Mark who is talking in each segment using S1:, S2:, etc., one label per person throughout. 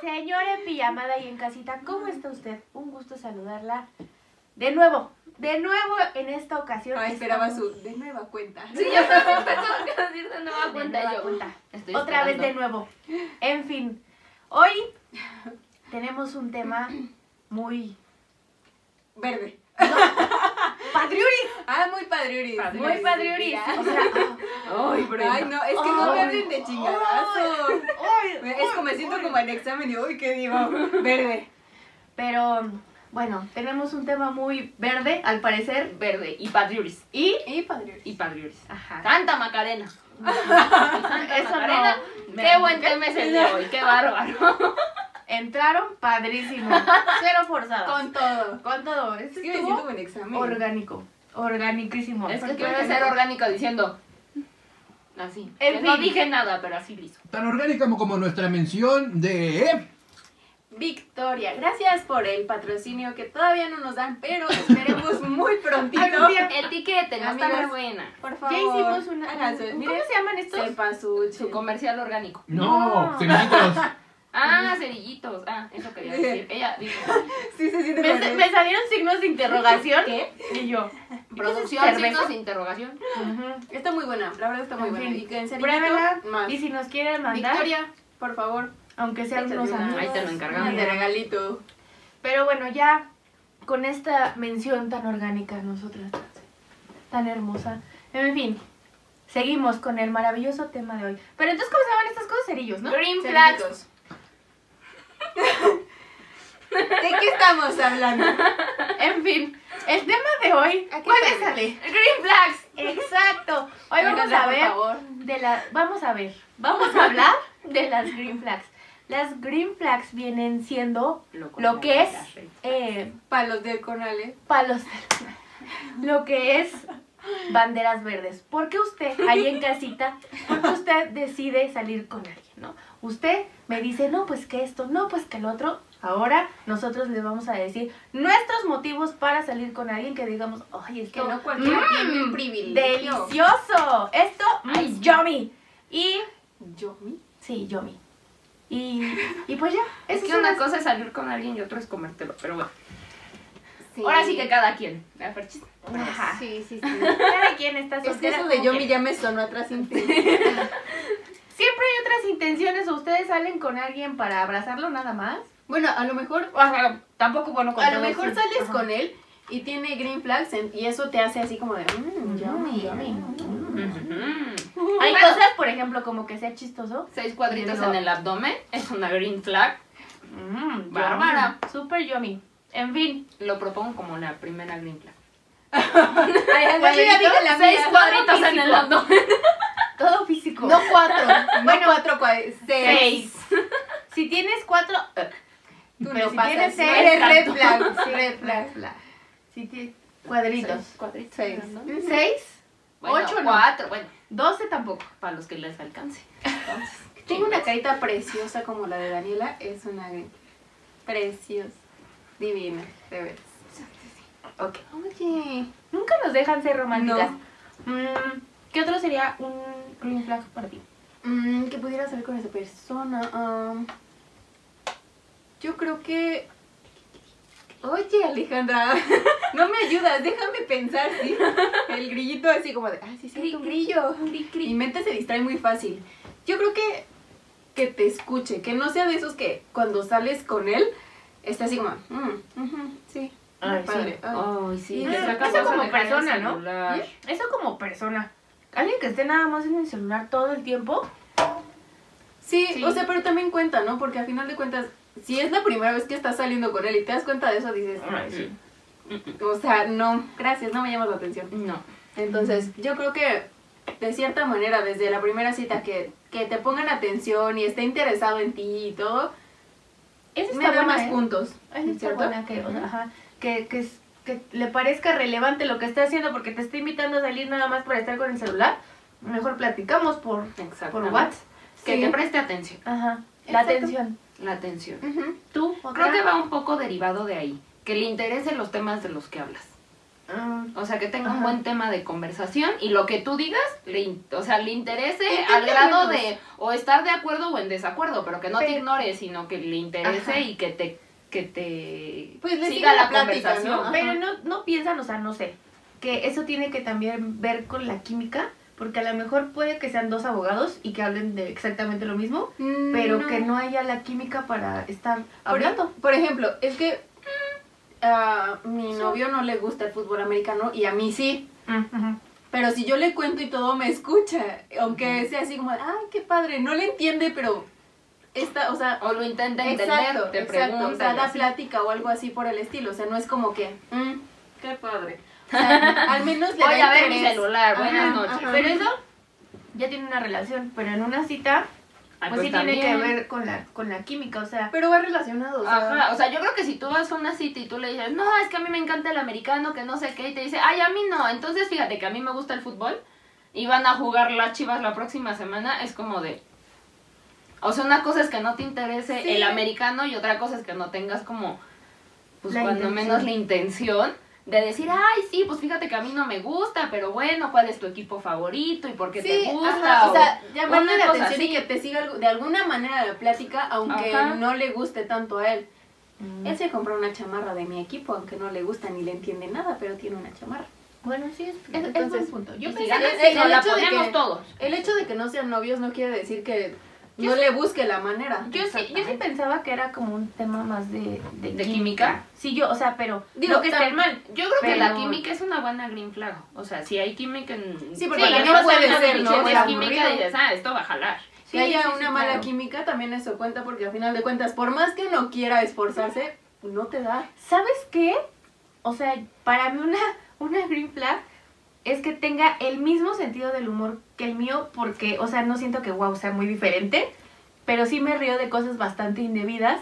S1: Señora en pijamada y en casita, ¿cómo está usted? Un gusto saludarla de nuevo, de nuevo en esta ocasión.
S2: Ah, esperaba su de nueva cuenta.
S3: Sí, yo también pensaba que iba a decir de nueva
S1: De
S3: cuenta
S1: nueva
S3: yo.
S1: cuenta.
S3: Estoy
S1: Otra vez de
S3: esperando.
S1: nuevo. En fin, hoy tenemos un tema muy
S2: Verde.
S1: patriuri.
S2: Ah, muy padriuris.
S3: Padriuris.
S1: Muy padriuri. O sea, ah,
S3: Ay, Brenda.
S2: Ay, no, es que no
S1: Ay.
S2: me hablen de chingadazo.
S1: ay,
S2: Es como me siento como en examen y uy, ¿qué digo? Verde.
S1: Pero bueno, tenemos un tema muy verde, al parecer.
S3: Verde y Padriuris. Y,
S2: Y padriuris.
S3: y Padriuris.
S1: Ajá.
S3: Santa Macarena. Santa
S1: Eso
S3: Ah, Macarena.
S1: no. Me-
S3: Qué buen tema es el de hoy, qué bárbaro.
S1: Entraron padrísimo. Cero forzado.
S2: Con todo.
S1: Con todo.
S2: Es
S1: Esto
S2: que me siento como en examen.
S1: orgánico. Organicísimo.
S3: Es que
S1: Porque Ah,
S3: puede ser orgánico diciendo así.
S1: En
S3: Que no
S1: fin.
S3: dije nada, pero así liso.
S4: Tan orgánica como, como nuestra mención de... ¿eh?
S2: Victoria, gracias por el patrocinio que todavía no nos dan, pero esperemos muy prontito.
S1: Algún día.
S3: Etiquétenla, está
S2: Amigas.
S3: muy buena.
S2: Por favor. Ah,
S1: Ya hicimos una.
S2: Hagan su-
S1: ¿Cómo
S2: Miren,
S1: se llaman estos?
S2: sepa su
S3: Su comercial orgánico.
S4: No,
S1: No.
S4: cerillitos.
S3: Ah, cerillitos. Ah, eso quería decir. Ella dijo.
S2: Sí, se siente
S1: Me,
S2: como-
S1: me salieron signos de interrogación. Y yo.
S3: Producción,
S1: Cerveza.
S3: signos de interrogación.
S1: ujú,
S2: Está muy buena, la verdad está muy
S1: En
S2: buena.
S1: fin,
S2: Y que en serio,
S1: pruébela.
S2: más.
S1: Y si nos quieren mandar,
S2: Victoria, por favor,
S1: aunque sean
S2: échate
S1: unos
S2: una-
S1: amigos.
S3: Ahí te lo encargamos.
S2: una de regalito.
S1: Pero bueno, ya con esta mención tan orgánica a nosotras, tan hermosa. En fin, seguimos con el maravilloso tema de hoy. Pero entonces, ¿cómo se llaman estas cosas? Cerillos, ¿no?
S3: Green flags.
S2: Cerditos. ¿De qué estamos hablando?
S1: En fin, el tema de hoy.
S2: ¿A qué
S1: ¿Cuál
S2: sale?
S1: es Ale?
S3: Green flags.
S1: Exacto. Hoy vamos
S2: Alejandra,
S1: a ver
S2: Por favor.
S1: de la, vamos a ver, vamos a hablar de las green flags. Las green flags vienen siendo lo que es eh,
S2: Palos de cornales.
S1: palos, lo que es banderas verdes. Porque usted ahí en casita, porque usted decide salir con alguien, ¿no? Usted me dice, no, pues que esto, no, pues que el otro. Ahora nosotros les vamos a decir nuestros motivos para salir con alguien que digamos, ay, es
S2: Que no cualquiera tiene un privilegio.
S1: Mm. delicioso, esto, ay, yummy. Y
S2: ¿Yomi?
S1: Sí, Yomi. Y, y pues ya,
S3: Es
S1: esas
S3: que
S1: son
S3: una
S1: las-
S3: cosa es salir con alguien y otra es comértelo, pero bueno. Ahora sí que cada quien. La Ferchis.
S1: Ajá.
S2: Sí, sí, sí.
S1: Cada quien está
S2: Es que
S1: soltera.
S2: eso de
S1: como
S2: Yomi
S1: que-
S2: ya me sonó atrás sin
S1: Siempre hay otras intenciones. o Ustedes salen con alguien para abrazarlo nada más.
S2: Bueno, a lo mejor
S3: O sea, tampoco bueno con
S2: a lo
S3: todo
S2: mejor
S3: eso.
S2: sales
S1: Ajá.
S2: con él y tiene green flags en- y eso te hace así como de
S1: Mm,
S2: mmm, yummy, yummy.
S3: Ujú.
S1: Hay
S3: Pero-
S1: cosas, por ejemplo, como que sea chistoso.
S3: Seis cuadritos
S1: Yo digo-
S3: en el abdomen. Es una green flag.
S1: Mm,
S3: Bárbara.
S1: yummy, Súper Yomi. En fin.
S3: Lo propongo como la primera green flag.
S2: Bueno, Pues yo ya dije la
S3: seis
S2: mía.
S3: cuadritos en el abdomen.
S1: Todo físico.
S2: No cuatro, no cuatro, cua- seis.
S1: Si tienes cuatro. eh,
S2: Tú
S1: Pero
S2: no
S1: si
S2: pasas,
S1: tienes
S2: no
S1: seis,
S2: eres red
S3: tanto.
S2: flag, red flag.
S1: Si ti- Cuadritos.
S3: Seis cuadritos.
S2: Seis.
S3: ¿no?
S1: Seis.
S3: Bueno,
S1: Ocho no.
S3: Cuatro, bueno,
S1: Doce tampoco.
S3: para los que les alcance.
S2: Tengo una carita preciosa como la de Daniela, es una green flag. Preciosa, divina, de veras.
S1: Ok.
S2: Oye,
S1: Nunca nos dejan ser románticas.
S2: No.
S1: Mm, ¿Qué otro sería un green flag para ti?
S2: mm, ¿qué pudiera hacer con esa persona? Am, yo creo que... Oye, Alejandra, no me ayudas, déjame pensar, ¿sí? El grillito así como de, ah, sí, sí, un grillo. Mi mente se distrae muy fácil. Yo creo que que te escuche, que no sea de esos que cuando sales con él está así como, mm, ujú, sí,
S1: Ay,
S2: muy padre.
S1: sí.
S2: ay.
S3: Oh, sí.
S2: Y
S3: que
S2: te
S3: saca más
S2: saca como
S3: orejas del
S1: persona, ¿no?
S3: celular.
S1: Eso como persona. Alguien que esté nada más en el celular todo el tiempo.
S2: Sí,
S3: Sí.
S2: o sea, pero también cuenta, ¿no? Porque al final de cuentas, si es la primera vez que estás saliendo con él y te das cuenta de eso, dices,
S1: Ay, sí.
S2: o sea, no, gracias, no me llamas la atención.
S3: No.
S2: Entonces, yo creo que de cierta manera, desde la primera cita, que, que te pongan atención y esté interesado en ti y todo,
S1: Eso
S2: me
S1: está
S2: da
S1: buena,
S2: más
S1: ¿eh?
S2: puntos.
S1: Eso está
S2: ¿cierto?
S1: buena que, o sea, ajá, que, que, es- que le parezca relevante lo que está haciendo porque te está invitando a salir nada más para estar con el celular. Mejor platicamos por,
S3: Exacto.
S1: por WhatsApp.
S3: Que
S2: Sí.
S3: te preste atención.
S1: Ajá. La
S2: Exacto.
S1: atención.
S3: La atención.
S2: Ujú.
S1: ¿Tú?
S3: Creo
S1: otra?
S3: que va un poco derivado de ahí. Que le interesen los temas de los que hablas.
S2: Ah,
S3: O sea, que tenga un
S2: Ajá.
S3: buen tema de conversación y lo que tú digas, le, in- o sea, le interese
S2: Intenta
S3: al grado
S2: verlos.
S3: de o estar de acuerdo o en desacuerdo, pero que no te
S2: Pero-
S3: ignore, sino que le interese
S2: Ajá.
S3: y que te que te
S2: Pues le siga la plática, ¿no?
S1: Pero
S3: Ajá.
S1: no, no piensan, o sea, no sé, que eso tiene que también ver con la química, porque a lo mejor puede que sean dos abogados y que hablen de exactamente lo mismo,
S2: mm,
S1: pero que no haya la química para estar
S2: Por,
S1: hablando.
S2: por ejemplo, es que mm, a mi novio no le gusta el fútbol americano y a mí sí.
S1: mm,
S2: Pero si yo le cuento y todo me escucha, aunque sea así como, ay, qué padre, no le entiende, pero está, o sea,
S3: o lo intenta entender,
S2: exacto,
S3: te
S2: exacto,
S3: pregunta.
S2: o sea,
S3: y
S2: da
S3: así.
S2: plática o algo así por el estilo, o sea, no es como que, "Mm, qué padre. O sea, al menos le
S3: Voy
S2: da
S3: a ver mi
S2: interés.
S3: celular, buenas
S2: Ajá,
S3: noches.
S2: ajá.
S1: Pero eso ya tiene una relación, pero en una cita,
S3: Ay,
S1: pues,
S3: pues
S1: sí tiene que
S3: también.
S1: ver con la, con la química, o sea,
S2: Pero va relacionado, o sea,
S3: Ajá, o sea, yo creo que si tú vas a una cita y tú le dices, no, es que a mí me encanta el americano, que no sé qué, y te dice, ay, a mí no, entonces fíjate que a mí me gusta el fútbol y van a jugar las chivas la próxima semana, es como de. O sea, una cosa es que no te interese
S2: Sí.
S3: el americano y otra cosa es que no tengas como, pues
S1: La
S3: cuando
S1: intención.
S3: menos la intención de decir, ay, sí, pues fíjate que a mí no me gusta, pero bueno, ¿cuál es tu equipo favorito y por qué te gusta?
S2: ajá, o sea,
S3: una
S2: llamarle la
S3: cosa
S2: atención
S3: así.
S2: y que te siga algo- de alguna manera la plática, aunque
S3: Ajá.
S2: no le guste tanto a él.
S1: mm,
S2: Él se compró una chamarra de mi equipo, aunque no le gusta ni le entiende nada, pero tiene una chamarra.
S1: bueno, sí, es, es- es buen
S2: Entonces,
S1: punto.
S3: Y
S1: Yo
S3: si
S1: pensé-
S3: ganas,
S2: el- el
S3: nos la
S2: hecho de que-
S3: ponemos todos.
S2: El hecho de que no sean novios no quiere decir que no le busque la manera.
S1: Yo sí, yo sí
S2: Exactamente.
S1: pensaba que era como un tema más de, de,
S3: ¿De química?
S1: Sí, yo, o sea, pero
S2: Digo,
S1: no que esté
S2: tam-
S1: mal.
S3: Yo creo que
S1: Pero-
S3: la química es una buena green flag. O sea, si hay química en.
S2: Sí, porque
S1: también
S3: no
S2: puede
S3: sea
S2: ser,
S3: una
S2: ¿no?
S3: pinche
S2: O sea,
S3: química
S2: aburrido.
S3: dices, ah, esto va a jalar.
S2: Que
S1: Sí,
S2: haya
S1: sí, sí,
S2: una mala
S1: claro.
S2: química también eso cuenta porque al final de cuentas, por más que uno quiera esforzarse, no te da.
S1: ¿Sabes qué? O sea, para mí una, una green flag es que tenga el mismo sentido del humor que el mío, porque, o sea, no siento que wow sea muy diferente, pero sí me río de cosas bastante indebidas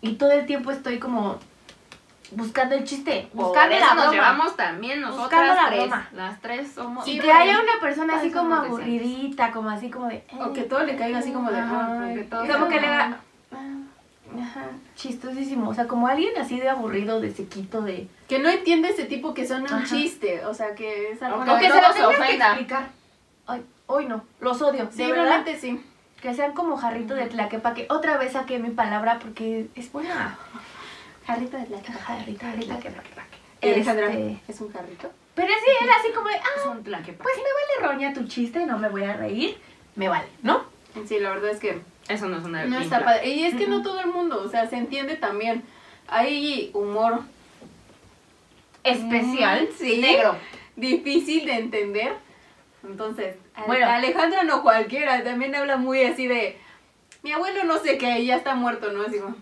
S1: y todo el tiempo estoy como buscando el chiste,
S3: Buscar
S1: buscando la
S3: nos
S1: broma.
S3: llevamos también
S1: Buscando
S3: nosotras
S1: la
S3: tres.
S1: broma.
S3: Las tres somos.
S1: Y
S2: Sí,
S1: que haya una persona
S3: Ay,
S1: así como
S3: somos decentes.
S1: aburridita, como así como de...
S2: O que todo le caiga así como de.
S3: Ajá,
S2: "Ay,
S3: como que todo
S2: eso
S1: Eh, Como que
S2: no".
S1: le haga. Ajá, chistosísimo. O sea, como alguien así de aburrido, de sequito, de.
S2: Que no entiende ese tipo que son un
S1: Ajá.
S2: chiste, o sea, que es algo...
S3: O
S1: O
S3: que
S1: que
S3: no
S1: se lo
S3: se
S1: tengan que
S3: ofenda.
S1: explicar. Ay, hoy no, los odio.
S2: Sí,
S1: de verdad.
S2: realmente sí.
S1: Que sean como jarrito de tlaquepa, que otra vez saqué mi palabra porque es buena.
S2: Jarrito de plata.
S1: Jarrito de tlaquepa.
S2: Y Alejandra,
S1: Este,
S2: ¿es un jarrito?
S1: Pero sí, era así como de, ah,
S3: Son tlaquepaque.
S1: pues me vale roña tu chiste, no me voy a reír, me vale, ¿no?
S2: Sí, la verdad es que
S3: Eso no es una
S2: no
S3: green
S2: está
S3: flag.
S2: padre. Y es que no
S1: Ujú.
S2: todo el mundo, o sea, se entiende también. Hay humor
S1: Especial.
S2: Mm, sí.
S3: Negro.
S2: difícil de entender. Entonces, a-
S1: Bueno.
S2: Alejandra no cualquiera, también habla muy así de... Mi abuelo no sé qué, y ya está muerto, ¿no? Así como,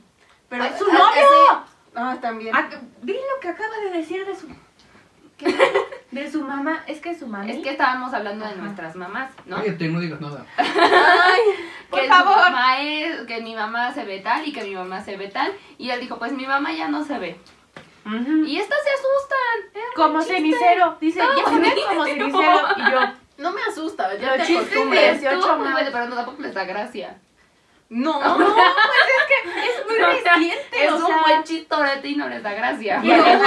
S2: pero
S1: ¡Ay, su
S2: a-
S1: novio!
S2: así- Ah, también.
S1: Ah, Di lo que acaba de decir de su. que- de su mamá, es que su mamá.
S3: Es que estábamos hablando de
S1: Ajá.
S3: nuestras mamás, ¿no?
S4: Cállate, no digas nada.
S3: que
S2: Por
S3: su
S2: favor.
S3: mamá es- que mi mamá se ve tal y que mi mamá se ve tal. Y él dijo, pues mi mamá ya no se ve.
S1: Ujú.
S3: Y estas se asustan. Era
S1: Como
S3: un chiste.
S1: cenicero, dice, ya se ve como cenicero. Y yo,
S2: No me asusta, ya
S1: Los
S2: te
S1: chistes
S2: acostumbras.
S1: de- 18
S3: Estúpido,
S1: más.
S3: Pero no tampoco les da gracia.
S2: No,
S1: es muy
S3: O sea,
S1: reciente,
S3: Es
S1: o
S3: un
S1: sea,
S3: buen chistorete y no les da gracia.
S2: Y luego, no,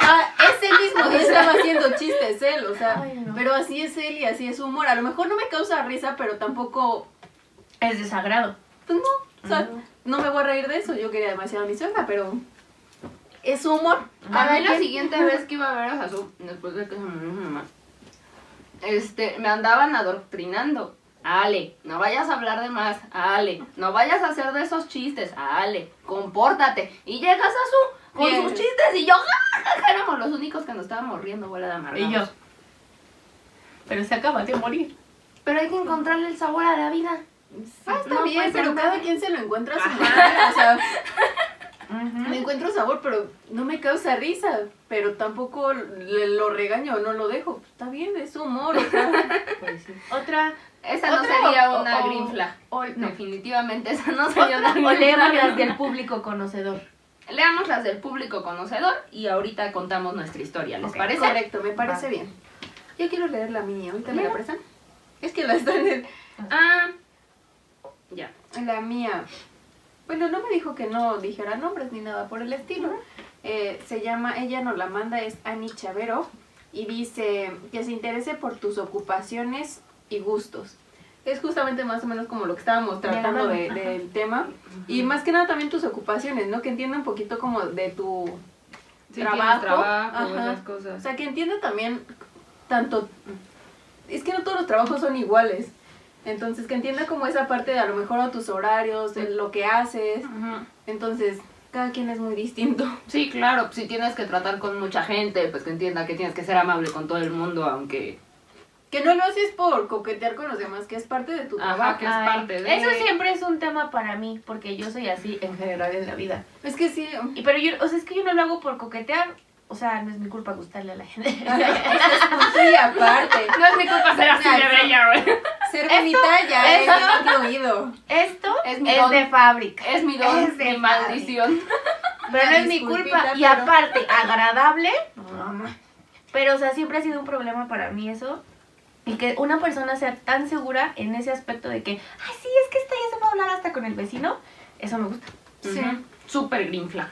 S2: ah, es él mismo que estaba haciendo chistes, él, o sea.
S1: Ay, no.
S2: Pero así es él y así es su humor. A lo mejor no me causa risa, pero tampoco.
S1: es desagrado.
S2: Pues no, o sea, no me voy a reír de eso. Yo quería demasiado a mi suegra, pero. Es su humor.
S3: A
S1: Ajá.
S3: mí la siguiente vez que iba a ver a Jesús, después de que se murió mi mamá, este, me andaban adoctrinando. Ale, no vayas a hablar de más. Ale, no vayas a hacer de esos chistes. Ale, compórtate. Y llegas a su con
S2: Bien.
S3: sus chistes y yo, ja, ja, ja, éramos los únicos que nos estábamos riendo, bola de amargados.
S1: Y yo, pero se acaba de morir.
S3: Pero hay que encontrarle el sabor a la vida.
S2: Ah, está
S3: No,
S2: bien,
S3: pues,
S2: pero
S3: no.
S2: cada quien se lo encuentra a su manera. O sea, le
S1: Ujú.
S2: encuentro sabor, pero no me causa risa. Pero tampoco le- lo regaño o no lo dejo. Está bien, es su humor. O sea,
S1: Otra,
S3: Esa no
S1: Otra
S3: sería
S1: o-
S3: una
S1: o-
S3: green flag.
S1: o, no.
S3: Definitivamente esa no sería una
S1: o
S3: green
S1: leemos
S3: flag.
S1: las del público conocedor.
S3: Leamos las del público conocedor y ahorita contamos nuestra historia, ¿les
S1: Ok,
S3: parece?
S2: Correcto, me parece
S1: Va.
S2: bien. Yo quiero leer la mía, ahorita me la
S1: Léela.
S2: prestan. Es que la están en,
S3: Ah, ya.
S2: la mía. Bueno, no me dijo que no dijera nombres ni nada por el estilo. Eh, se llama, ella nos la manda, es Ani Chavero. y dice que se interese por tus ocupaciones y gustos. Es justamente más o menos como lo que estábamos
S1: De la
S2: tratando
S1: mano,
S2: de-
S1: ajá.
S2: del tema. Y más que nada también tus ocupaciones, ¿no? Que entienda un poquito como de tu...
S3: Sí,
S2: trabajo,
S3: trabajo, trabajo
S2: ajá.
S3: esas
S2: O
S3: cosas.
S2: sea, que entienda también tanto... Es que no todos los trabajos son iguales. Entonces, que entienda como esa parte de a lo mejor a tus horarios, de lo que haces.
S3: Ajá.
S2: Entonces, cada quien es muy distinto.
S3: Sí, claro, si tienes que tratar con mucha gente, pues que entienda que tienes que ser amable con todo el mundo, aunque...
S2: Que no lo haces por coquetear con los demás, que es parte de tu
S3: Ajá,
S2: trabajo.
S3: que es
S1: Ay,
S3: parte de...
S1: Eso siempre es un tema para mí, porque yo soy así en general en la vida.
S2: Es que sí,
S1: Y pero yo, o sea, es que yo no lo hago por coquetear, o sea, no es mi culpa gustarle a la gente.
S2: sí, aparte.
S3: No es mi culpa ser así de bella, güey.
S2: Ser
S1: Esto-
S2: bonita ya
S1: eso-
S2: es incluido.
S1: Esto
S3: Es
S1: es,
S3: mi don. Eh,
S1: de fábrica,
S3: Es mi don,
S1: Es de
S3: mi
S1: madre.
S3: maldición.
S1: pero no es mi
S2: disculpita,
S1: culpa. Y
S2: pero-
S1: aparte, agradable. Pero, o sea, siempre ha sido un problema para mí eso. Y que una persona sea tan segura en ese aspecto de que, ay, sí, es que esta ya se va a hablar hasta con el vecino, eso me gusta.
S2: Sí.
S3: Ujú. Súper green flag.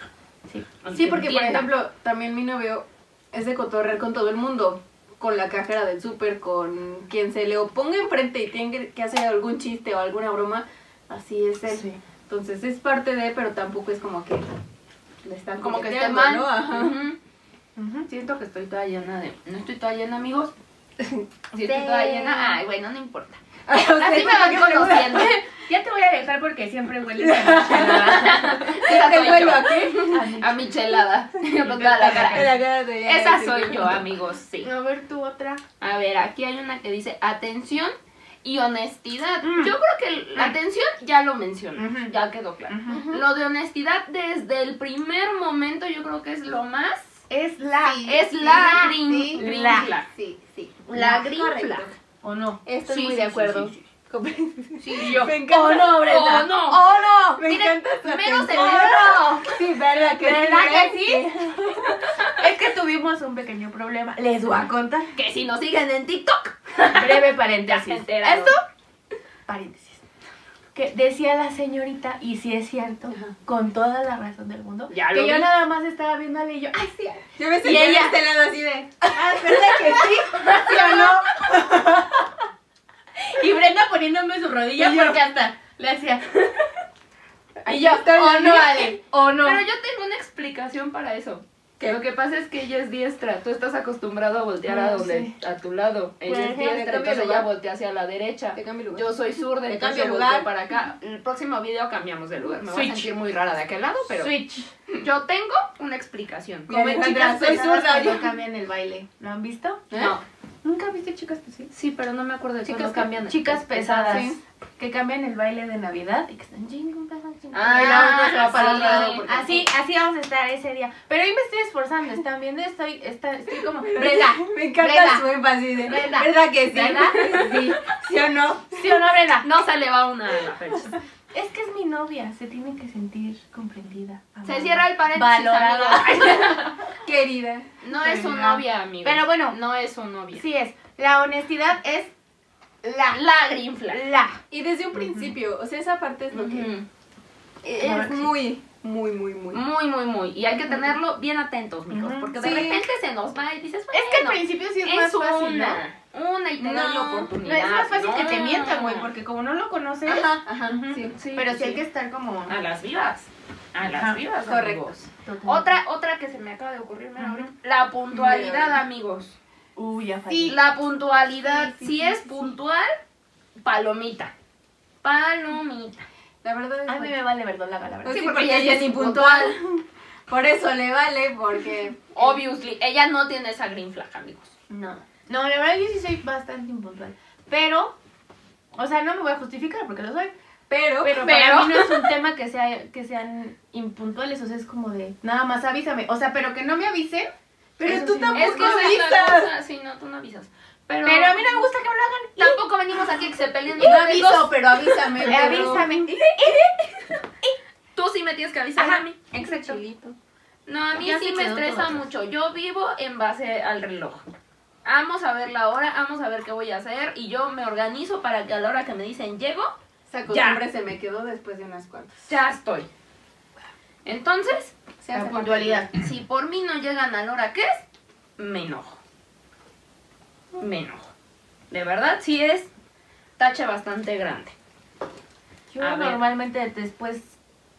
S1: Sí.
S2: Sí, porque por
S3: Entienda.
S2: ejemplo, también mi novio es de cotorrear con todo el mundo. Con la cajera del súper, con quien se le oponga enfrente y tiene que- que hacer algún chiste o alguna broma. Así es él. Entonces es parte de, pero tampoco es como que le están
S3: Como que esté
S2: coqueteando,
S3: mal.
S2: ¿no? Ajá.
S3: Ujú.
S1: Ujú.
S3: Siento que estoy toda llena de... No estoy toda llena, amigos. Si
S1: Sí.
S3: estoy toda llena... Ay, güey, no, no importa.
S2: Así
S3: Así me van conociendo.
S1: Ya te voy a dejar porque siempre hueles a
S3: Esa soy
S2: Te vuelvo
S3: yo.
S2: aquí.
S3: A mi chelada. Con toda la cara.
S2: La cara de-
S3: Esa soy yo, amigos, sí.
S1: A ver, tú otra.
S3: A ver, aquí hay una que dice atención y honestidad.
S1: Mm.
S3: Yo creo que la
S2: Ah.
S1: Mm.
S3: atención ya lo mencioné,
S1: Ujú.
S3: ya quedó claro. Lo de honestidad desde el primer momento yo creo que es lo más...
S1: Es la.
S2: Sí.
S3: Es la
S2: sí,
S3: green,
S2: sí,
S3: green
S1: la.
S3: flag.
S2: Sí, sí.
S3: La green
S2: Correcto.
S3: flag.
S1: ¿O no?
S2: Estoy
S3: Sí,
S2: muy
S3: sí,
S2: de
S3: sí,
S2: acuerdo.
S3: sí,
S2: Sí,
S3: yo.
S2: Me encanta.
S1: Oh, no, Brenda.
S3: ¡Oh, no!
S2: ¡Oh, no! Me
S3: Tiene
S2: encanta tu
S3: menos
S2: atención.
S3: de menos.
S2: Sí, ¿verdad que
S1: ¿Verdad que
S2: sí?
S1: sí? Es que tuvimos un pequeño problema. Les voy a contar.
S3: Que si nos siguen en TikTok. Ya
S1: Breve
S3: se
S1: paréntesis.
S3: enteraron.
S1: Esto, paréntesis. Que decía la señorita, y si es cierto,
S2: Ajá.
S1: con toda la razón del mundo,
S3: Ya lo
S1: que yo
S3: vi.
S1: nada más estaba viendo a Ale y yo, ay, sí,
S2: Yo me
S1: Y
S2: senté de
S1: ella-
S2: este lado así de... Ah, ¿verdad que sí? ¿Sí o no?
S1: Y Brenda poniéndome su rodilla
S2: Y yo-
S1: porque hasta le hacía.
S2: Aquí
S1: Y yo,
S2: está la
S1: o no,
S2: mía".
S1: Ale, o no.
S3: Pero yo tengo una explicación para eso.
S2: ¿Qué?
S3: Lo que pasa es que ella es diestra. Tú estás acostumbrado a voltear a
S1: Bueno,
S3: donde a tu lado. Ella
S2: Bueno,
S3: es
S2: déjame
S3: diestra,
S2: cambiar
S3: entonces
S2: lugar.
S3: ella voltea hacia la derecha.
S2: Te cambio el lugar.
S3: Yo soy zurda,
S2: Te
S3: entonces
S2: cambio
S3: yo
S2: lugar.
S3: volteo para acá. mm, El próximo video cambiamos de lugar. Me voy a
S1: Switch.
S3: sentir muy rara de aquel lado, pero
S1: Switch. pues,
S3: yo tengo una explicación.
S2: Mira,
S3: Como en
S2: Alejandra,
S3: chicas pesadas,
S2: zurda.
S3: pero-
S1: Cuando cambian el baile. ¿Lo han visto?
S2: ¿Eh?
S3: No,
S1: ¿Nunca viste chicas pesadas?
S3: sí, pero no me acuerdo de
S1: Chicas
S3: cuándo
S1: que-
S3: cambian.
S1: chicas pesadas.
S2: Sí.
S1: Que cambian el baile de Navidad y que están jingle bell, jingle bell.
S3: Ah, la otra se va para el
S2: sí.
S3: otro lado porque-
S1: Así, así vamos a estar ese día. Pero hoy me estoy esforzando, están viendo, estoy, está, estoy como. Brenda,
S2: Me encanta
S1: Brenda.
S2: su énfasis de...
S1: Brenda.
S2: ¿Verdad que sí?
S1: ¿Verdad?
S2: Sí. ¿Sí o no?
S1: ¿sí o no, Brenda?
S3: No se le va una a la fecha.
S1: Es que es mi novia, se tiene que sentir comprendida. amada.
S3: Se cierra el paréntesis,
S1: Valorada.
S3: amigos.
S2: Querida.
S3: No es su novia, amigo.
S1: Pero bueno.
S3: no es su novia.
S1: Sí es. La honestidad es la.
S3: La green flag.
S1: La.
S2: Y desde un principio, o sea, esa parte es lo que...
S3: Ujú.
S1: Claro
S2: Es
S1: que sí.
S2: muy, muy, muy, muy...
S3: Muy, muy, muy. Y hay que tenerlo bien atentos, amigos.
S1: Ujú.
S3: Porque de
S2: Sí.
S3: repente se nos va y dices,
S1: Es que al
S3: "Bueno,
S1: principio sí es,
S3: es
S1: más fácil, ¿no?
S3: una. Una y tener
S2: No,
S3: la
S1: No,
S3: oportunidad.
S1: es más fácil que te
S3: No.
S1: mientan, güey, porque como no lo conoces,
S2: Ajá, ajá, sí.
S3: Sí,
S1: pero sí, Ah, hay que estar como...
S3: A las vivas. A las
S1: Ajá,
S3: vivas,
S2: correcto.
S3: amigos.
S1: Totalmente.
S3: Otra, otra que se me acaba de ocurrir, mira,
S1: Ajá.
S3: ahorita. La puntualidad,
S2: Mira.
S3: amigos.
S1: Uy, ya fallé.
S3: Sí, la puntualidad.
S2: Sí, sí,
S3: si
S2: sí,
S3: es
S2: sí, sí.
S3: puntual, palomita. Palomita.
S2: La verdad es
S1: A mí me vale verdolaga, la verdad.
S2: Sí,
S3: Sí,
S2: porque
S3: porque
S2: ella
S3: ella
S2: es
S3: es
S2: impuntual. Por eso le vale, porque.
S3: Obviously, ella no tiene esa green flag, amigos.
S1: No. No, la verdad yo sí soy bastante impuntual. Pero, o sea, no me voy a justificar porque lo soy.
S2: Pero.
S3: Pero-
S1: Pero, para mí no es un tema que, sea, que sean impuntuales, o sea, es como de, nada más avísame. O sea, pero que no me avisen.
S2: Pero
S1: Eso
S2: tú
S1: sí.
S2: tampoco
S3: Es que esa es la
S2: avisas.
S3: cosa, Sí, no, tú no avisas. Pero,
S1: Pero a mí no me gusta que me lo hagan.
S3: Tampoco venimos aquí a que se peleen.
S2: No
S3: amigos.
S2: aviso, pero avísame.
S1: Eh,
S2: pero-
S1: Avísame.
S3: Tú sí me tienes que avisar
S1: Ajá,
S3: a mí. Exacto.
S2: Chilito.
S3: No, a mí
S1: Ya
S3: sí
S1: se
S3: me
S1: quedó
S3: estresa
S1: todo.
S3: mucho. Yo vivo en base al reloj. Amo saber la hora, amo saber qué voy a hacer y yo me organizo para que a la hora que me dicen llego,
S2: Esa costumbre se me quedó después de unas cuantas.
S3: ya estoy. Entonces,
S2: Se hace
S1: La
S2: parte.
S1: puntualidad.
S3: si por mí no llegan a la hora que es, me enojo. me enojo. De verdad, sí es tache bastante grande.
S1: Yo
S3: A ver.
S1: normalmente después,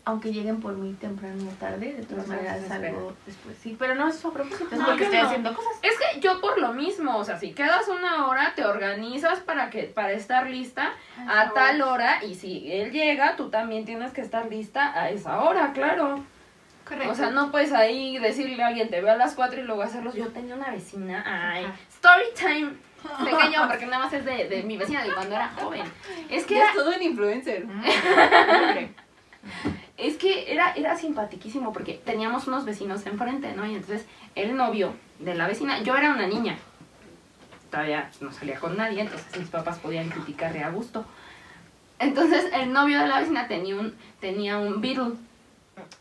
S1: aunque lleguen por mí temprano o tarde, de
S3: Los
S1: todas maneras
S3: espero.
S1: salgo después. Sí, pero no es a propósito, es
S3: No,
S1: porque
S3: yo
S1: estoy
S3: no.
S1: haciendo cosas.
S3: Es que yo por lo mismo, o sea, si quedas una hora, te organizas para que para estar lista a tal hora y si él llega, tú también tienes que estar lista a esa hora, claro.
S2: Correcto.
S3: O sea, no puedes ahí decirle a alguien, te veo a las 4 y luego hacerlos. Yo tenía una vecina, ay,
S2: Ajá.
S3: story time. Pequeño, porque nada más es de, de mi vecina de cuando era joven. Es que
S2: Ya
S3: era,
S2: es todo un influencer.
S3: es que era, era simpaticísimo porque teníamos unos vecinos enfrente, ¿no? Y entonces el novio de la vecina, yo era una niña, todavía no salía con nadie, entonces mis papás podían criticarle a gusto. Entonces el novio de la vecina tenía un, tenía un Beatle.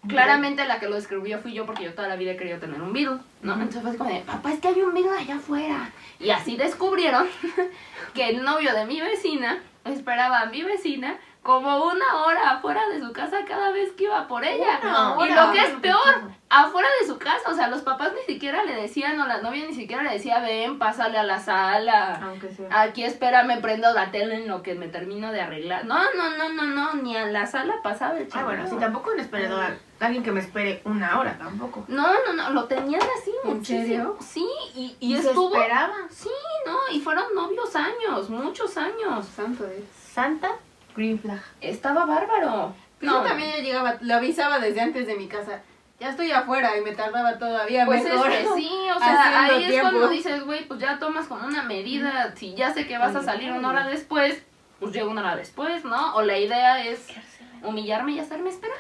S3: Claramente la que lo describió fui yo porque yo toda la vida he querido tener un Beatle, ¿no? Entonces fue así como de, papá, es que hay un Beatle allá afuera. Y así descubrieron que el novio de mi vecina esperaba a mi vecina como una hora afuera de su casa cada vez que iba por ella.
S2: Una
S3: y
S2: hora.
S3: lo que es peor, afuera de su casa, o sea, los papás ni siquiera le decían, o la novia ni siquiera le decía, ven, pásale a la sala.
S1: Aunque sea.
S3: Aquí espera, me prendo la tele en lo que me termino de arreglar. No, no, no, no, no, ni a la sala pasaba el
S1: Ah,
S3: chaval.
S1: bueno, sí, tampoco un esperador. Alguien que me espere una hora tampoco.
S3: No, no, no, lo tenían así
S1: ¿En
S3: muchísimo.
S1: serio?
S3: Sí, y, y
S1: se
S3: estuvo,
S1: esperaba.
S3: no, y fueron novios años, muchos años.
S2: Santo es.
S1: Santa Green Flag.
S3: Estaba bárbaro.
S2: Pues Yo también ya llegaba, lo avisaba desde antes de mi casa. Ya estoy afuera y me tardaba todavía
S3: Pues es
S2: mejor.
S3: que sí, o sea,
S2: Haciendo
S3: ahí es
S2: tiempo.
S3: cuando dices, güey, pues ya tomas como una medida, si ya sé que vas a salir una hora después, pues llego una hora después, ¿no? O la idea es humillarme y hacerme esperar.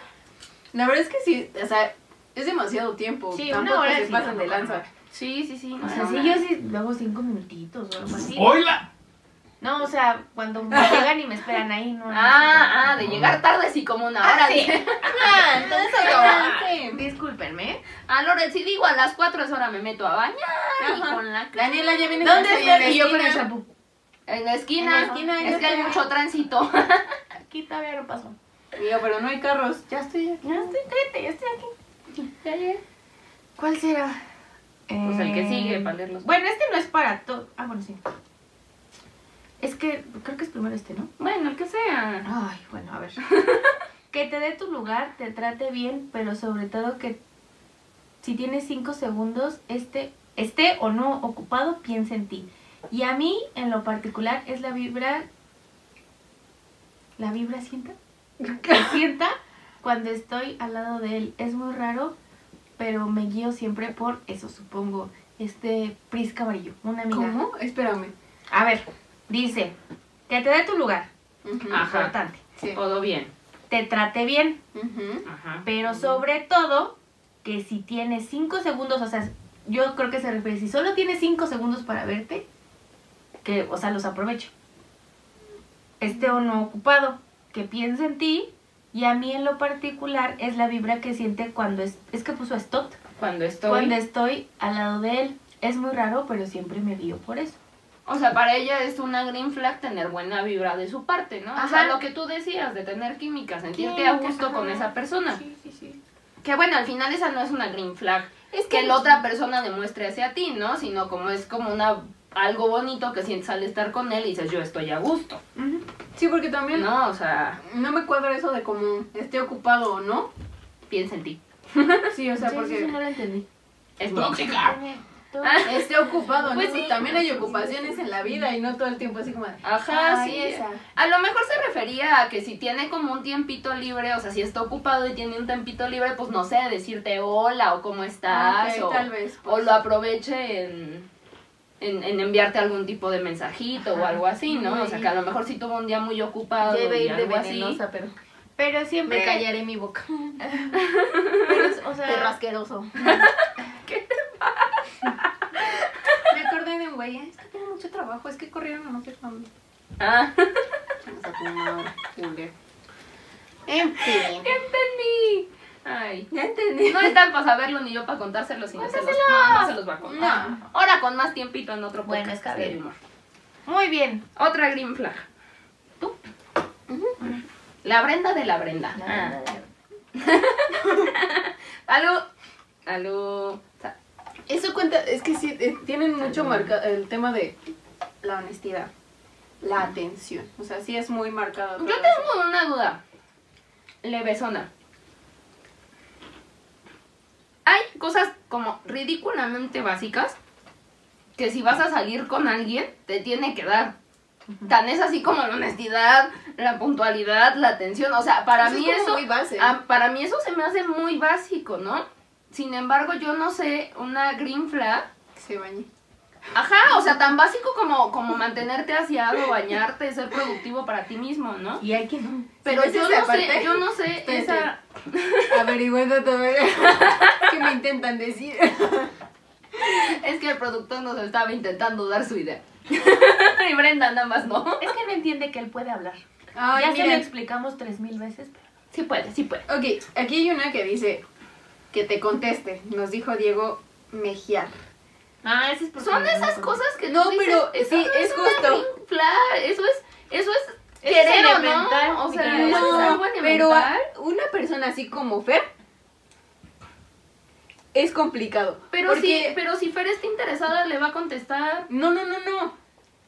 S2: La verdad es que sí, o sea, es demasiado tiempo.
S1: Sí,
S2: Tampoco
S1: una hora
S2: se
S1: sí,
S2: pasan de
S1: tampoco.
S2: lanza.
S3: Sí, sí, sí.
S1: O sea, sí, yo sí luego cinco minutitos o algo así.
S4: ¡Hola!
S1: No, o sea, cuando me llegan y me esperan ahí, no. no.
S3: Ah, ah, de llegar tarde sí como una hora.
S1: sí.
S3: dije.
S1: Ah, entonces.
S2: Ah, sí.
S1: Discúlpenme.
S3: Ah, Lore, si digo a las 4 es hora me meto a bañar y
S2: Ajá.
S3: con la...
S2: Daniela ya viene
S1: ¿Dónde
S2: en la
S1: está? Y yo con el
S2: esquina.
S1: champú.
S3: En la esquina.
S2: En la esquina,
S3: es
S2: yo
S3: que hay
S2: te-
S3: mucho tránsito.
S1: Aquí todavía no pasó.
S2: Digo, pero no hay carros.
S1: Ya estoy aquí. Ya estoy, cállate, ya estoy aquí. ¿Cuál será?
S3: Pues el que
S1: Eh,
S3: sigue, para leerlos.
S1: Bueno, este no es para todo. Ah, bueno, sí. Es que creo que es primero este, ¿no?
S3: Bueno, el que sea.
S1: Ay, bueno, a ver. que te dé tu lugar, te trate bien, pero sobre todo que si tienes cinco segundos, este, esté o no ocupado, piensa en ti. Y a mí, en lo particular, es la vibra. ¿La vibra sienta? Que sienta cuando estoy al lado de él. Es muy raro, pero me guío siempre por eso, supongo. Este Pris Cabrillo, una amiga.
S2: ¿Cómo? Espérame.
S1: A ver, dice, que te dé tu lugar,
S2: Ujú.
S3: Ajá.
S1: importante.
S2: Sí.
S3: Todo bien.
S1: Te trate bien,
S2: Ujú.
S3: Ajá.
S1: Pero sobre todo, que si tienes 5 segundos, o sea, yo creo que se refiere, si solo tienes 5 segundos para verte, que, o sea, los aprovecho. Esté o no ocupado, que piense en ti. Y a mí en lo particular es la vibra que siente cuando es, es que puso stop,
S3: Cuando estoy...
S1: cuando estoy al lado de él. Es muy raro, pero siempre me guío por eso.
S3: O sea, para ella es una green flag tener buena vibra de su parte, ¿no? O
S1: Ajá.
S3: sea, lo que tú decías, de tener química, sentirte a
S1: Química,
S3: gusto con
S1: ajá.
S3: esa persona.
S1: Sí, sí, sí.
S3: Que bueno, al final esa no es una green flag. Es que la otra persona demuestre hacia ti, ¿no? Sino como es como una algo bonito que sientes al estar con él y dices, yo estoy a gusto.
S2: Sí, porque también no.
S3: No, o sea,
S2: me cuadra eso de como esté ocupado o no.
S3: piensa en ti.
S2: Sí, o sea, porque Ah.
S1: no lo entendí.
S3: Es
S4: Tóxica.
S2: esté ocupado,
S3: Pues
S2: ¿no?
S3: sí.
S2: También hay ocupaciones en la vida y no todo el tiempo así como de, "Ah,
S3: Ajá,
S2: "Ay,
S3: sí.
S2: esa".
S3: A lo mejor se refería a que si tiene como un tiempito libre, o sea, si está ocupado y tiene un tiempito libre, pues no sé, decirte hola o cómo
S2: Ah,
S3: estás
S2: ok,
S3: o
S2: tal vez.
S3: o
S2: pues.
S3: lo aproveche en, en, en enviarte algún tipo de mensajito o algo así, ¿no? O sea, que a lo mejor si tuvo un día muy ocupado
S2: Debe
S3: y
S2: ir de
S3: algo así.
S2: venenosa, pero
S1: Pero siempre...
S2: me callaré mi boca.
S1: pero, o sea,
S2: Perro asqueroso. Me acordé de un güey, "Ay, es que tengo mucho trabajo, es que corrieron a no sé cuándo.
S3: Ah,
S2: O sea, como una culera. En fin.
S3: entendí. Ay.
S2: Ya entendí.
S3: No están para saberlo ni yo para contárselo, sino
S1: Pues
S3: se los, no, no se los va a contar.
S2: No.
S3: Ahora con más tiempito en otro
S1: Bueno,
S3: podcast
S1: está
S3: de
S1: bien.
S3: humor.
S1: Muy bien.
S3: Otra green flag.
S1: ¿Tú?
S3: La Brenda de la Brenda. Ah. Aló. Aló. Sa-
S2: Eso cuenta, es que sí, eh, tienen mucho marcado el tema de la honestidad, la atención. O sea, sí es muy marcado.
S3: Yo
S2: todo
S3: tengo una duda. Levesona. Hay cosas como ridículamente básicas que si vas a salir con alguien te tiene que dar. Tan es así como la honestidad, la puntualidad, la atención. O sea, para
S2: Eso es
S3: mí
S2: como
S3: eso.
S2: muy base.
S3: ah, para mí eso se me hace muy básico, ¿no? Sin embargo, yo no sé, una green flag
S2: que se bañe.
S3: Ajá, o sea, tan básico como, como mantenerte aseado, bañarte, ser productivo para ti mismo, ¿no?
S1: Y hay que no.
S3: Pero
S2: ves
S3: yo
S2: esa
S3: no
S2: parte?
S3: sé, yo no sé
S2: Espérate.
S3: esa...
S2: Averigüendo todo que me intentan decir.
S3: Es que el productor nos estaba intentando dar su idea. y Brenda nada más no.
S1: Es que no entiende que él puede hablar.
S2: Ay,
S1: ya se lo
S2: miren.
S1: explicamos tres mil veces. pero-
S3: Sí puede, sí puede.
S2: Ok, aquí hay una que dice que te conteste. Nos dijo Diego Mejiar.
S1: Ah, ese es porque
S3: Son
S1: no
S3: esas
S1: conoce.
S3: cosas que
S2: No,
S3: tú dices,
S2: pero
S3: eso
S2: sí,
S3: no
S2: es
S3: una
S2: justo.
S3: green flag, eso es, eso es
S1: Es
S3: querer o
S1: elemental,
S3: no. O sea,
S1: mi
S3: eso es
S1: querida.
S3: algo
S2: pero a-
S3: elemental.
S2: una persona así como Fer es complicado.
S3: Pero,
S2: Porque-
S3: si, pero si Fer está interesada, le va a contestar.
S2: No, no, no, no.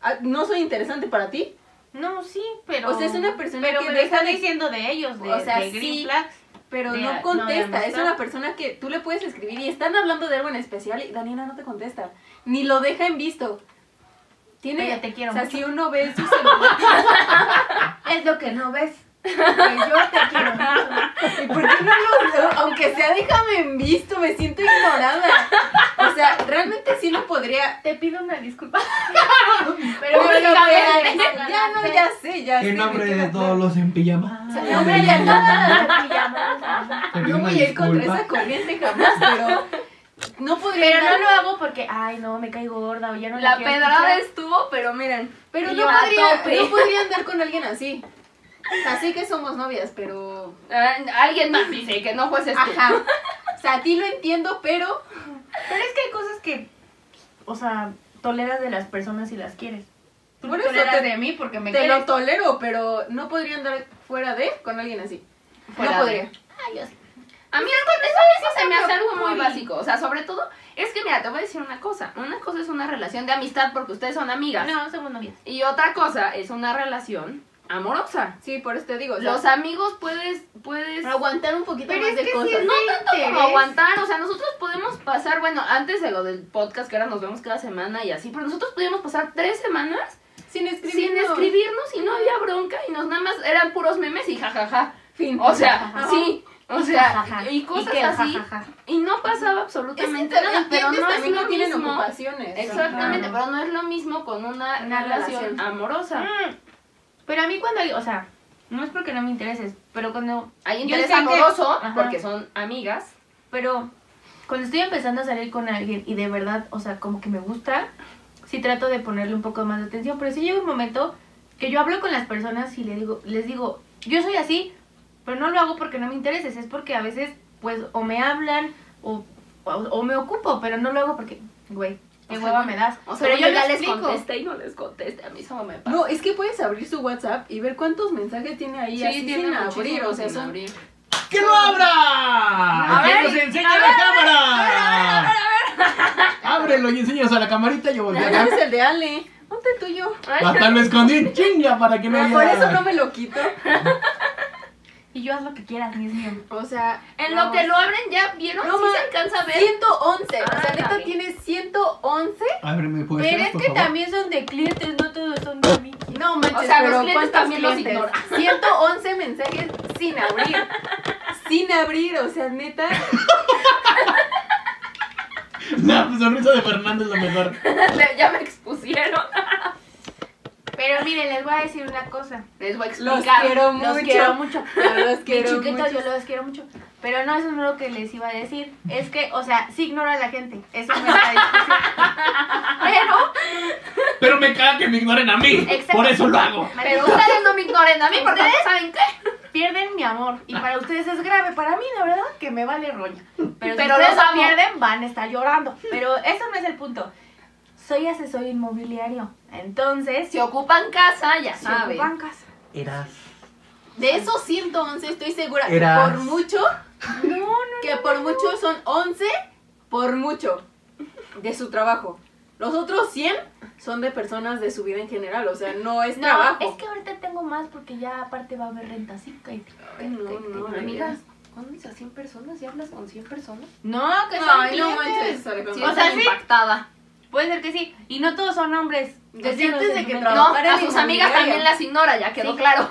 S2: Ah, No soy interesante para ti.
S1: No, sí, pero.
S2: O sea, es una persona
S1: pero
S2: que
S1: me lo
S2: deja
S1: están
S2: de-
S1: diciendo de ellos, de,
S2: O sea,
S1: de Green
S2: sí.
S1: Flags.
S2: Pero
S1: De-
S2: no
S1: no,
S2: contesta,
S1: de
S2: es
S1: amistad.
S2: una persona que tú le puedes escribir y están hablando de algo en especial y Daniela no te contesta, ni lo deja en visto. Tiene,
S1: Oye, te quiero
S2: o sea,
S1: mucho.
S2: si uno ve su celular, Pues
S1: Es lo que no ves. Que yo te quiero mucho.
S2: ¿y ¿por qué no lo, aunque sea déjame en visto, me siento ignorada? O sea, realmente sí lo podría,
S1: Te pido una disculpa.
S2: pero
S1: pero
S2: no lo voy a
S1: públicamente.
S2: decir. ya no, ya sé, ya sé.
S4: En
S2: me
S4: nombre
S2: queda
S4: de
S2: claro.
S4: todos los en pijama.
S2: O sea,
S1: No
S2: no
S1: me
S2: voy
S1: haya
S2: a
S1: nada de pijamas.
S4: Te pido
S2: no
S4: una
S2: voy a ir contra
S4: disculpa.
S2: esa corriente jamás, pero no podría.
S1: Pero no
S2: dar-
S1: lo hago porque, ay, no, me caigo gorda o ya no la,
S3: La
S1: quiero
S3: pedrada
S1: escuchar.
S3: estuvo, pero miren.
S2: Pero
S3: Y
S2: no
S3: yo a
S2: podría,
S3: tope.
S2: no podría andar con alguien así. O sea, sé que somos novias, pero.
S3: Ah, alguien más dice que no jueces tú.
S2: Ajá. O sea, a ti lo entiendo, pero.
S1: Pero es que hay cosas que, o sea, toleras de las personas y las quieres. Tú
S2: Por
S1: no
S2: eso
S1: toleras
S2: te-
S1: de mí porque me
S2: Te
S1: quieres.
S2: lo tolero, pero no podría andar fuera de con alguien así.
S3: Fuera de.
S2: no podría.
S3: A mí es con eso, eso se me hace algo muy
S2: Ay.
S3: básico. O sea, sobre todo, es que mira, te voy a decir una cosa. Una cosa es una relación de amistad porque ustedes son amigas.
S1: No, somos novias.
S3: Y otra cosa es una relación amorosa.
S2: Sí, por eso te digo. o sea,
S3: Los amigos puedes, puedes
S2: aguantar un poquito
S1: Pero
S2: más
S1: es
S2: de
S1: que sí
S2: cosas.
S1: es-
S3: no
S1: Sí,
S3: tanto como
S1: interés.
S3: aguantar, o sea, nosotros podemos pasar, bueno, antes de lo del podcast que ahora nos vemos cada semana y así, pero nosotros podíamos pasar tres semanas
S2: Sin escribir.
S3: sin
S2: no.
S3: escribirnos y no había bronca y nos nada más eran puros memes y jajaja.
S2: Fin.
S3: O sea,
S1: Ajá.
S3: sí, o
S1: Ah,
S3: sea, y cosas
S1: que el
S3: así.
S1: jajaja.
S3: Y no pasaba absolutamente nada, pero no es
S2: también
S3: lo
S2: que tienen
S3: mismo.
S2: ocupaciones.
S3: Exactamente,
S1: Ajá.
S3: pero no es lo mismo con una,
S1: Una
S3: relación,
S1: relación.
S3: amorosa.
S1: Mm, Pero a mí cuando, o sea, no es porque no me intereses, pero cuando,
S3: Hay
S1: Yo
S3: interés
S1: sé que-
S3: amoroso
S1: Ajá.
S3: porque son amigas.
S1: pero cuando estoy empezando a salir con alguien y de verdad, o sea, como que me gusta, sí trato de ponerle un poco más de atención, pero sí llega un momento que yo hablo con las personas y le digo, les digo, yo soy así, pero no lo hago porque no me intereses, es porque a veces, pues, o me hablan o, o, o me ocupo, pero no lo hago porque, güey, qué
S3: O sea,
S1: hueva me das.
S3: O sea,
S1: pero
S3: yo ya
S1: lo
S3: les
S1: explico.
S3: contesté y no les contesté. A mí eso me pasa.
S2: No, es que puedes abrir su WhatsApp y ver cuántos mensajes tiene ahí así sin abrir, o sea,
S3: sin
S2: son-
S3: abrir.
S4: ¡Que no abra!
S3: A
S4: ¡Que
S3: ver,
S4: nos enseñe
S3: a
S4: la
S3: ver,
S4: cámara! Ábrelo y enseñas a la camarita, yo voy
S2: Ah,
S4: acá.
S2: ese es el de Ale. Ponte el tuyo.
S4: Hasta lo escondí en chinga para que no
S2: Pero
S4: haya...
S2: por eso no me lo quito.
S1: Y yo haz lo que quieras, ni es mío.
S2: O sea,
S3: En
S1: No.
S3: lo que lo abren ya vieron
S2: No,
S3: si
S2: ma-
S3: se alcanza a ver.
S2: 111. o sea,
S3: Ah,
S2: neta
S3: también.
S2: tiene 111.
S4: Ábreme, ¿puedes
S1: Pero es
S4: Pues, por
S1: que
S4: favor?
S1: también son de clientes, no todos son de mí.
S2: No manches,
S3: O sea, los
S2: pero
S3: clientes
S2: ¿cuántos
S3: también los
S2: clientes?
S3: ignoran.
S2: 111 mensajes sin abrir. sin abrir, o sea, neta.
S4: La pues, sonrisa de Fernando es lo mejor.
S3: Le- ya me expusieron.
S1: Pero miren, les voy a decir una cosa.
S3: Les voy a
S2: Los
S3: explicar.
S2: quiero mucho.
S1: Los quiero mucho.
S2: Los
S1: Mi
S2: quiero
S1: chiquita,
S2: mucho.
S1: yo los quiero mucho. Pero no, eso no es lo que les iba a decir. Es que, o sea, sí ignoro a la gente. Eso me está diciendo.
S4: Pero me caga que me ignoren a mí.
S1: Exacto.
S4: Por eso lo hago.
S3: Pero ustedes no me ignoren a mí porque
S1: ¿Ustedes?
S3: saben qué.
S1: Pero pierden mi amor. Y para ustedes es grave. Para mí, la verdad, que me vale roña. Pero, si
S3: Pero
S1: ustedes
S3: los
S1: lo
S3: amo.
S1: pierden, van a estar llorando. Pero eso no es el punto. Soy asesor inmobiliario. Entonces,
S3: Si ocupan casa, ya
S1: si
S3: saben.
S1: ocupan casa.
S4: Eras.
S2: De esos 111 estoy segura que
S4: Eras.
S2: por mucho,
S1: No, no,
S2: que por mucho son 11 por mucho. de su trabajo. Los otros 100 son de personas de su vida en general, o sea, no es
S1: No,
S2: trabajo.
S1: es que ahorita tengo más porque ya aparte va a haber renta, sí. que-
S3: Ay, no, no,
S2: no,
S3: amigas.
S2: no.
S3: ¿Cuándo dices a 100 personas y hablas con 100 personas?
S2: No, que
S3: son
S2: Ay, no
S3: clientes.
S2: manches, Alejandra.
S3: Sí,
S1: O
S3: o
S1: sea,
S3: sea,
S1: sí.
S3: impactada.
S1: Puede ser que sí. Y no todos son hombres.
S2: Desde
S1: Sí,
S2: antes
S1: los
S2: de que
S1: hombres.
S2: traba-
S3: No,
S2: Trabajar en
S3: a sus amigas
S2: inmobiliaria.
S3: también las ignora, ya quedó
S1: Sí.
S3: claro.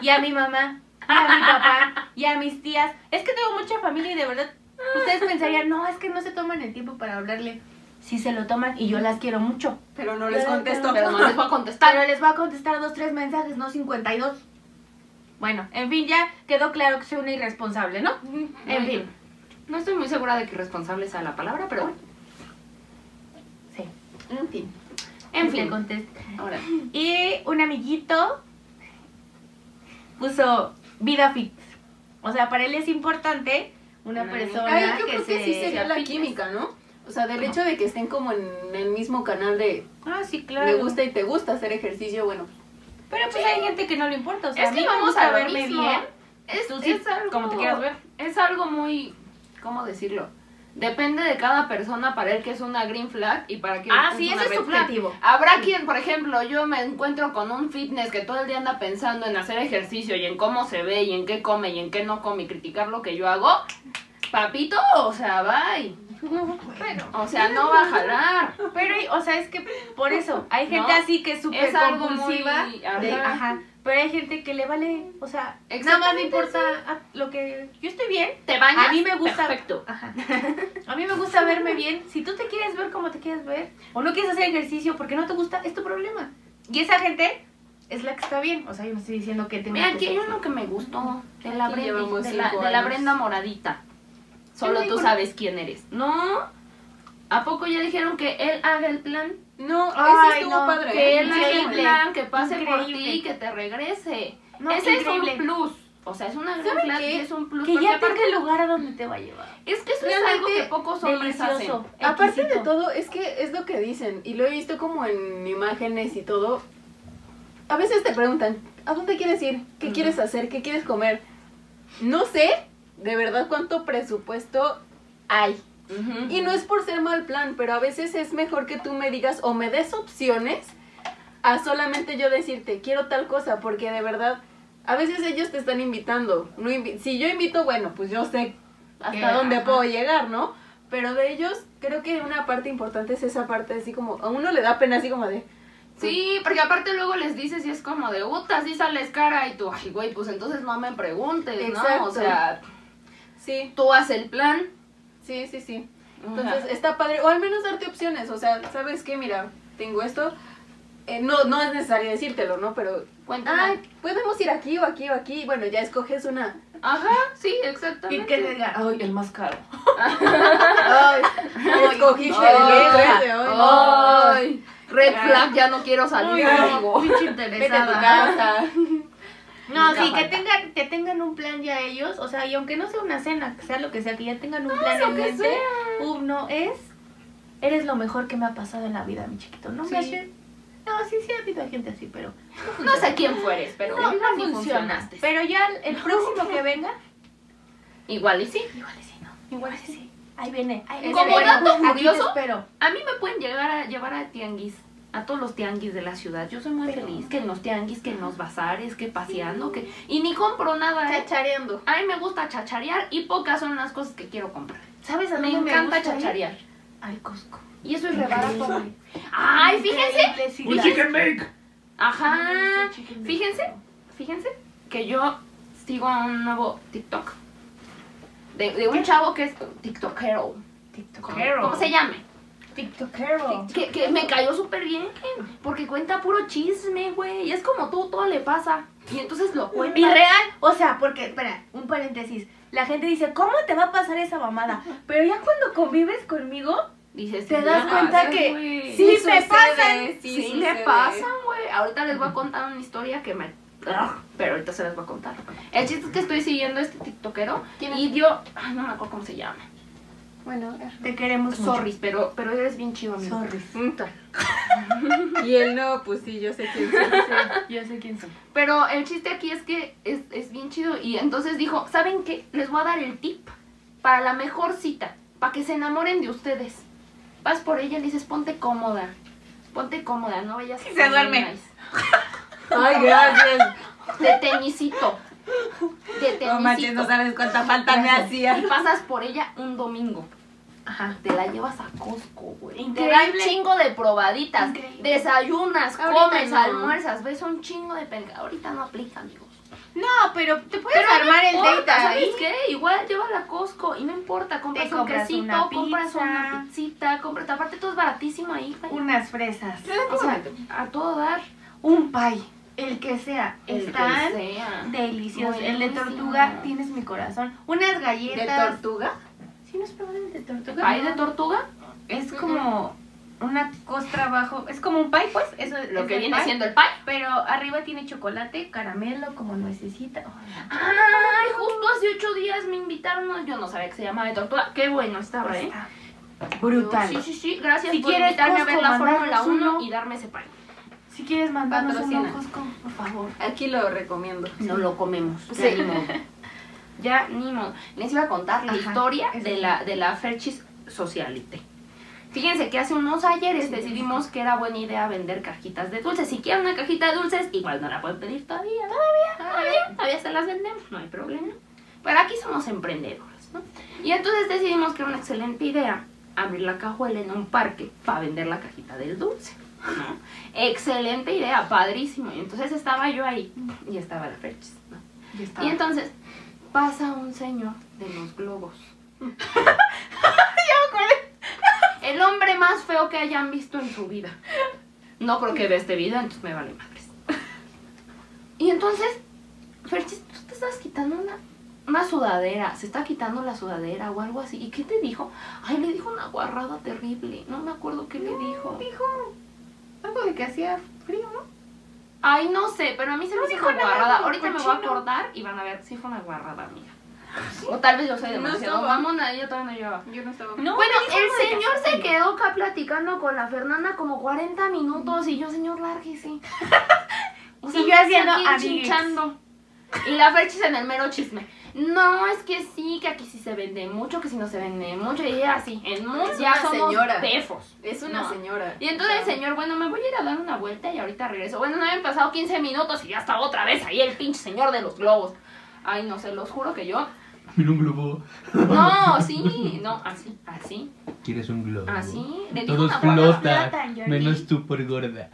S1: Y a mi mamá, y a mi papá, y a mis tías. Es que tengo mucha familia y de verdad, ustedes pensarían, no, es que no se toman el tiempo para hablarle. Sí se lo toman y yo las quiero mucho.
S2: Pero no les
S1: Pero-
S2: contesto.
S3: Pero no les voy a
S1: Pero
S3: contestar.
S1: les voy a contestar dos, tres mensajes, no 52. Bueno, en fin, ya quedó claro que soy una irresponsable, ¿no? En fin.
S3: No estoy muy segura de que irresponsable sea la palabra, pero bueno.
S1: Sí.
S3: En fin.
S1: En
S3: Le
S1: fin. contesté.
S3: Ahora.
S1: Y un amiguito puso vida fit. O sea, para él es importante una
S3: Un
S1: persona
S2: Ay, yo
S1: que
S2: creo
S1: se...
S2: que sí sería la química, ¿no? O sea, del hecho de que estén como en el mismo canal de
S1: Ah, sí, claro.
S2: me gusta y te gusta hacer ejercicio, bueno,
S1: Pero pues hay gente que no le importa. O sea,
S3: Es
S1: a
S3: que
S1: mí me
S3: vamos
S1: gusta
S3: a ver
S1: verme bien.
S3: Es,
S1: Tú sí,
S3: es algo,
S1: como te quieras ver.
S3: Es algo muy, ¿cómo decirlo? Depende de cada persona para él que es una green flag y para quien
S1: Ah,
S3: es
S1: sí,
S3: una
S1: ese es
S3: red flag.
S1: subjetivo.
S3: Habrá quien, por ejemplo, yo me encuentro con un fitness que todo el día anda pensando en hacer ejercicio y en cómo se ve y en qué come y en qué no come y criticar lo que yo hago. Papito, o sea, bye. O sea, no va a jalar.
S1: Pero, o sea, es que por eso, hay gente
S3: No,
S1: así que es súper
S3: es algo
S1: compulsiva.
S3: muy-
S1: de-
S3: ajá.
S1: ajá, Pero hay gente que le vale, o sea, nada más me
S3: Exactamente,
S1: importa a- lo que... Yo estoy bien.
S3: Te bañas.
S1: A mí me gusta...
S3: Perfecto.
S1: Ajá. A mí me gusta verme bien. Si tú te quieres ver como te quieres ver, o no quieres hacer ejercicio porque no te gusta, es tu problema. Y esa gente es la que está bien. O sea, yo no estoy diciendo que tengo
S3: Mira,
S1: que
S3: aquí hay
S1: ser
S3: uno que me gustó. De la,
S2: Aquí
S3: Brenda,
S2: llevamos
S3: de, la,
S2: cinco
S3: de la
S2: años.
S3: Brenda Moradita. Solo
S1: Ay,
S3: tú
S1: por-
S3: sabes quién eres. No. ¿A poco ya dijeron que él haga el plan?
S2: no, ese
S1: Ay,
S2: estuvo
S1: no,
S2: padre. ¿eh?
S3: Que él haga el
S1: Increíble.
S3: plan, que pase por ti,
S1: Increíble.
S3: y que te regrese.
S1: No,
S3: Ese
S1: increíble.
S3: es un plus. O sea, es una gran
S2: ¿Saben
S3: plan
S2: qué?
S3: y es un plus.
S1: Que
S3: porque
S1: ya
S3: aparte-
S1: tenga el lugar a donde te va a llevar.
S3: Es que eso es
S2: Realmente
S3: algo que pocos hombres
S1: Delicioso.
S3: hacen.
S2: Aparte de
S1: exquisito.
S2: todo, es que es lo que dicen, y lo he visto como en imágenes y todo. A veces te preguntan, ¿a dónde quieres ir? ¿Qué
S1: Ujú.
S2: quieres hacer? ¿Qué quieres comer? No sé de verdad cuánto presupuesto hay.
S3: Ujú.
S2: Y no es por ser mal plan, pero a veces es mejor que tú me digas o me des opciones a solamente yo decirte, quiero tal cosa, porque de verdad, a veces ellos te están invitando. No invi- si yo invito, bueno, pues yo sé hasta
S1: Que,
S2: dónde
S1: ajá.
S2: puedo llegar, ¿no? Pero de ellos, creo que una parte importante es esa parte así como, a uno le da pena así como de,
S3: Sí, porque aparte luego les dices y es como de, puta, así sales cara y tú, ay, güey, pues entonces no me preguntes, ¿no?
S2: Exacto.
S3: O sea,
S2: sí,
S3: tú haces el plan.
S2: sí, sí, sí. Entonces está padre, o al menos darte opciones, o sea, ¿sabes qué? Mira, tengo esto. Eh, no, no es necesario decírtelo, ¿no? Pero
S3: cuéntame.
S2: Ay, podemos ir aquí o aquí o aquí. Bueno, ya escoges una.
S3: Ajá, sí,
S1: Y
S3: exactamente.
S1: que le diga, ay, el más caro.
S2: Ay, escogiste
S3: Ay,
S2: el otro,
S1: ay,
S2: ese, ay,
S3: ay, red
S2: Ay.
S3: flag, ya no quiero salir
S1: Ay,
S3: contigo.
S1: pinche
S2: Vete a tu
S1: interesada.
S2: casa.
S3: "Ah,
S1: No,
S3: Nunca
S1: sí, que
S3: falta.
S1: tengan, que tengan un plan ya ellos, o sea, y aunque no sea una cena, que sea lo que sea, que ya tengan
S3: Ah,
S1: un plan en mente. Uf, no es, eres lo mejor que me ha pasado en la vida, mi chiquito. No
S2: Sí.
S1: me hace- No, sí, sí ha habido gente así, pero
S3: No sé quién fueres, pero
S1: no,
S3: igual
S1: no
S3: sí
S1: funciona.
S3: funcionaste.
S1: Pero ya el, el próximo que venga,
S3: Igual y sí.
S1: igual y sí, no, igual y sí. Ahí viene, ahí viene.
S3: Como
S1: Bueno,
S3: dato
S1: aquí te
S3: curioso,
S1: espero.
S3: A mí me pueden llegar a llevar a tianguis, a todos los tianguis de la ciudad. Yo soy muy
S1: Pero-
S3: feliz que en los tianguis, que en los bazares, que paseando, que y ni compro nada. ¿eh?
S2: Chachareando.
S3: A mí me gusta chacharear y pocas son las cosas que quiero comprar.
S1: ¿Sabes a
S3: Me ¿eh?
S1: dónde
S3: encanta
S1: gusta ir?
S3: chacharear.
S1: Al Costco.
S3: Y eso es re barato.
S1: Increíble.
S3: Ay, fíjense.
S1: Increíble, sí,
S4: Un
S1: la-
S4: chicken bake.
S3: Ajá.
S1: Sí, chicken bake.
S3: Fíjense, fíjense que yo sigo a un nuevo TikTok. De, de un chavo que es TikTokero.
S1: TikTokero.
S3: ¿Cómo se llame?
S1: TikTokero.
S3: Que, que me cayó súper bien. Porque cuenta puro chisme, güey. Y es como tú, todo le pasa. Y entonces lo cuenta.
S1: Y real, o sea, porque, espera, un paréntesis. La gente dice, ¿cómo te va a pasar esa mamada? Pero ya cuando convives conmigo,
S3: Dices,
S1: Te
S3: "Sí
S1: das
S3: le
S1: cuenta
S3: pasan,
S1: que
S3: güey".
S1: sí me pasan.
S3: Sí, le pasan, güey. Ahorita les voy a contar una historia que me. Ugh, Pero ahorita se las voy a contar. El chiste es que estoy siguiendo a este TikTokero.
S2: ¿Quién es?
S3: Y yo. Ay, no me acuerdo cómo se llama.
S2: Bueno,
S1: te queremos mucho.
S3: Sorry, pero, pero eres bien chido, amigo.
S1: Sorry.
S3: Neta.
S2: y él no, pues sí, yo sé quién soy.
S1: Yo sé quién soy.
S3: Pero el chiste aquí es que es, es bien chido. Y entonces dijo: ¿Saben qué? Les voy a dar el tip para la mejor cita. Para que se enamoren de ustedes. Vas por ella y le dices, ponte cómoda. Ponte cómoda, no vayas a
S2: Y se
S3: hacer
S2: duerme.
S3: nice.
S2: Ay, gracias.
S3: De tenisito. De tenisito.
S2: No manches, no sabes cuánta falta me hacía.
S3: Y pasas por ella un domingo.
S1: Ajá.
S3: Te la llevas a Costco, güey. Te
S1: Increíble.
S3: dan chingo de probaditas.
S1: Increíble.
S3: Desayunas,
S2: Ahorita
S3: comes,
S2: no.
S3: almuerzas, ves un chingo de pelga. Ahorita no aplica, amigos.
S2: No, pero te puedes
S3: Pero
S2: armar el
S3: importa,
S2: date
S3: ¿sabes
S2: ahí.
S3: qué? Igual llévala a Costco y no importa, compras un
S1: compras
S3: quesito,
S1: una
S3: compras
S1: pizza.
S3: una pizzita, compras, aparte todo es baratísimo ahí, güey.
S1: Unas fresas.
S3: O sea, a todo dar.
S1: Un pie. El que sea.
S3: el que
S1: Están
S3: sea.
S1: deliciosos. El de
S3: Buenísimo.
S1: tortuga, tienes mi corazón. Unas
S2: ¿De
S1: galletas.
S2: tortuga?
S1: ¿Sí nos probaron el de tortuga?
S3: ¿Pay
S1: No.
S3: de tortuga?
S1: Es como una costra abajo. Es como un pie, pues. Eso es
S3: Lo que
S1: el
S3: viene
S1: pie.
S3: siendo el pay.
S1: Pero arriba tiene chocolate, caramelo, como nuececita. Ay,
S3: Ay, justo hace ocho días me invitaron, a- yo no sabía que se llamaba de tortuga. Qué bueno estaba, ¿eh?
S1: Pues está Brutal.
S3: Sí, sí, sí, gracias
S1: Si
S3: por
S1: quieres,
S3: invitarme a ver
S1: Costco,
S3: la Fórmula
S1: mandarnos
S3: 1
S1: uno.
S3: y darme ese pan.
S1: Si quieres mandarnos un
S3: Patrocina.
S1: Costco, por favor.
S2: Aquí lo recomiendo.
S3: No lo comemos.
S2: Sí.
S3: Ya ni modo. Ya ni modo. Les iba a contar la
S1: Ajá,
S3: historia
S1: eso
S3: de
S1: sí.
S3: la, de la Ferchis Socialite. Fíjense que hace unos ayeres decidimos que era buena idea vender cajitas de dulces. Si quieren una cajita de dulces, igual no la pueden pedir todavía. Todavía, todavía, todavía se las vendemos, no hay problema. Pero aquí somos emprendedores, ¿no? Y entonces decidimos que era una excelente idea abrir la cajuela en un parque para vender la cajita del dulce. ¿no? Excelente idea, padrísimo. Y entonces estaba yo ahí y estaba la Ferchis. ¿no?
S1: Ya está.
S3: Y entonces pasa un señor de los globos. El hombre más feo que hayan visto en su vida. No creo que vea este video, entonces me vale madres. Y entonces, Ferchis, tú te estás quitando una, una sudadera, se está quitando la sudadera o algo así. ¿Y qué te dijo? Ay, le dijo una guarrada terrible. No me acuerdo qué le dijo.
S2: Dijo algo de que hacía frío, ¿no?
S3: Ay, no sé, pero a mí se me
S2: No
S3: hizo
S2: dijo
S3: una
S2: nada,
S3: guarrada.
S2: dijo
S3: Ahorita me voy a
S2: cochino.
S3: acordar y van a ver si fue una guarrada, amiga. O tal vez yo soy
S2: No
S3: demasiado
S2: estaba.
S3: mamona, yo todavía no llevaba.
S2: Yo no estaba.
S1: No,
S3: bueno,
S1: me dijo algo de
S3: el señor
S1: café.
S3: se quedó acá platicando con la Fernanda como 40 minutos y yo, señor, lárguese. O
S1: Y yo
S3: me
S1: haciendo
S3: aquí
S1: amigues.
S3: chinchando. Y la Ferchis en el mero chisme. No, es que sí, que aquí sí se vende mucho, que si no se vende mucho. Y ella así, en muchos
S2: Es
S3: ya
S2: una
S3: somos
S2: señora.
S3: pefos.
S2: Es una
S3: No.
S2: señora.
S3: Y entonces el señor, bueno, me voy a ir a dar una vuelta y ahorita regreso. Bueno, no habían pasado 15 minutos y ya estaba otra vez ahí el pinche señor de los globos. Ay, no, se los juro que yo.
S4: Mira un globo.
S3: No, sí, no, así, así,
S4: ¿Quieres un globo?
S3: así. Le dijo
S4: Todos
S3: una guarrada.
S4: flotan,
S1: Johnny.
S4: menos tú por gorda.